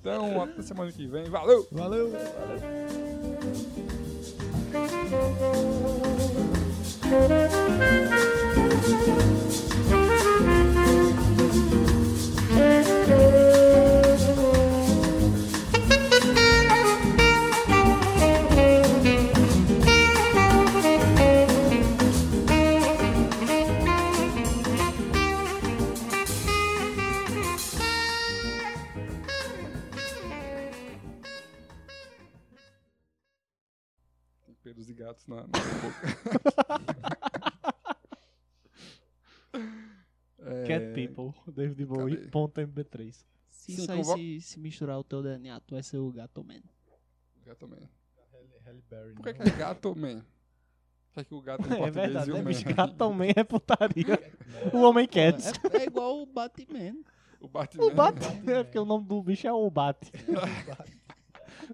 S2: Então, até semana que vem. Valeu!
S6: Valeu.
S2: Pelos de gatos na, na boca. É,
S5: Cat People, David
S2: cadê?
S5: Bowie, ponto MB3.
S3: Se
S2: Sim,
S3: isso aí
S2: convo-
S3: se, se misturar o teu DNA, tu vai ser o gato man.
S2: É, Gato também.
S6: Halle Berry,
S2: Por que,
S6: né?
S2: que é gato, man? Será que o gato é em
S5: É
S2: português
S5: verdade,
S2: e o
S5: né,
S2: man?
S5: bicho? Gato também é putaria. O Homem Cats.
S3: É, é igual o Batman.
S2: O Batman.
S5: O Bate. É porque o nome do bicho é o Bate.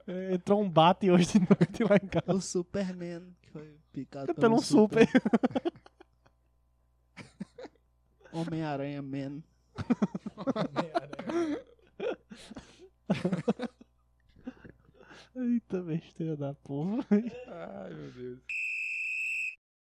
S5: É, Entrou um bate hoje de noite lá em casa.
S3: O Superman, que foi picado
S5: Pelo um super.
S3: Homem-Aranha Man.
S5: Eita besteira da porra.
S2: Ai, meu Deus.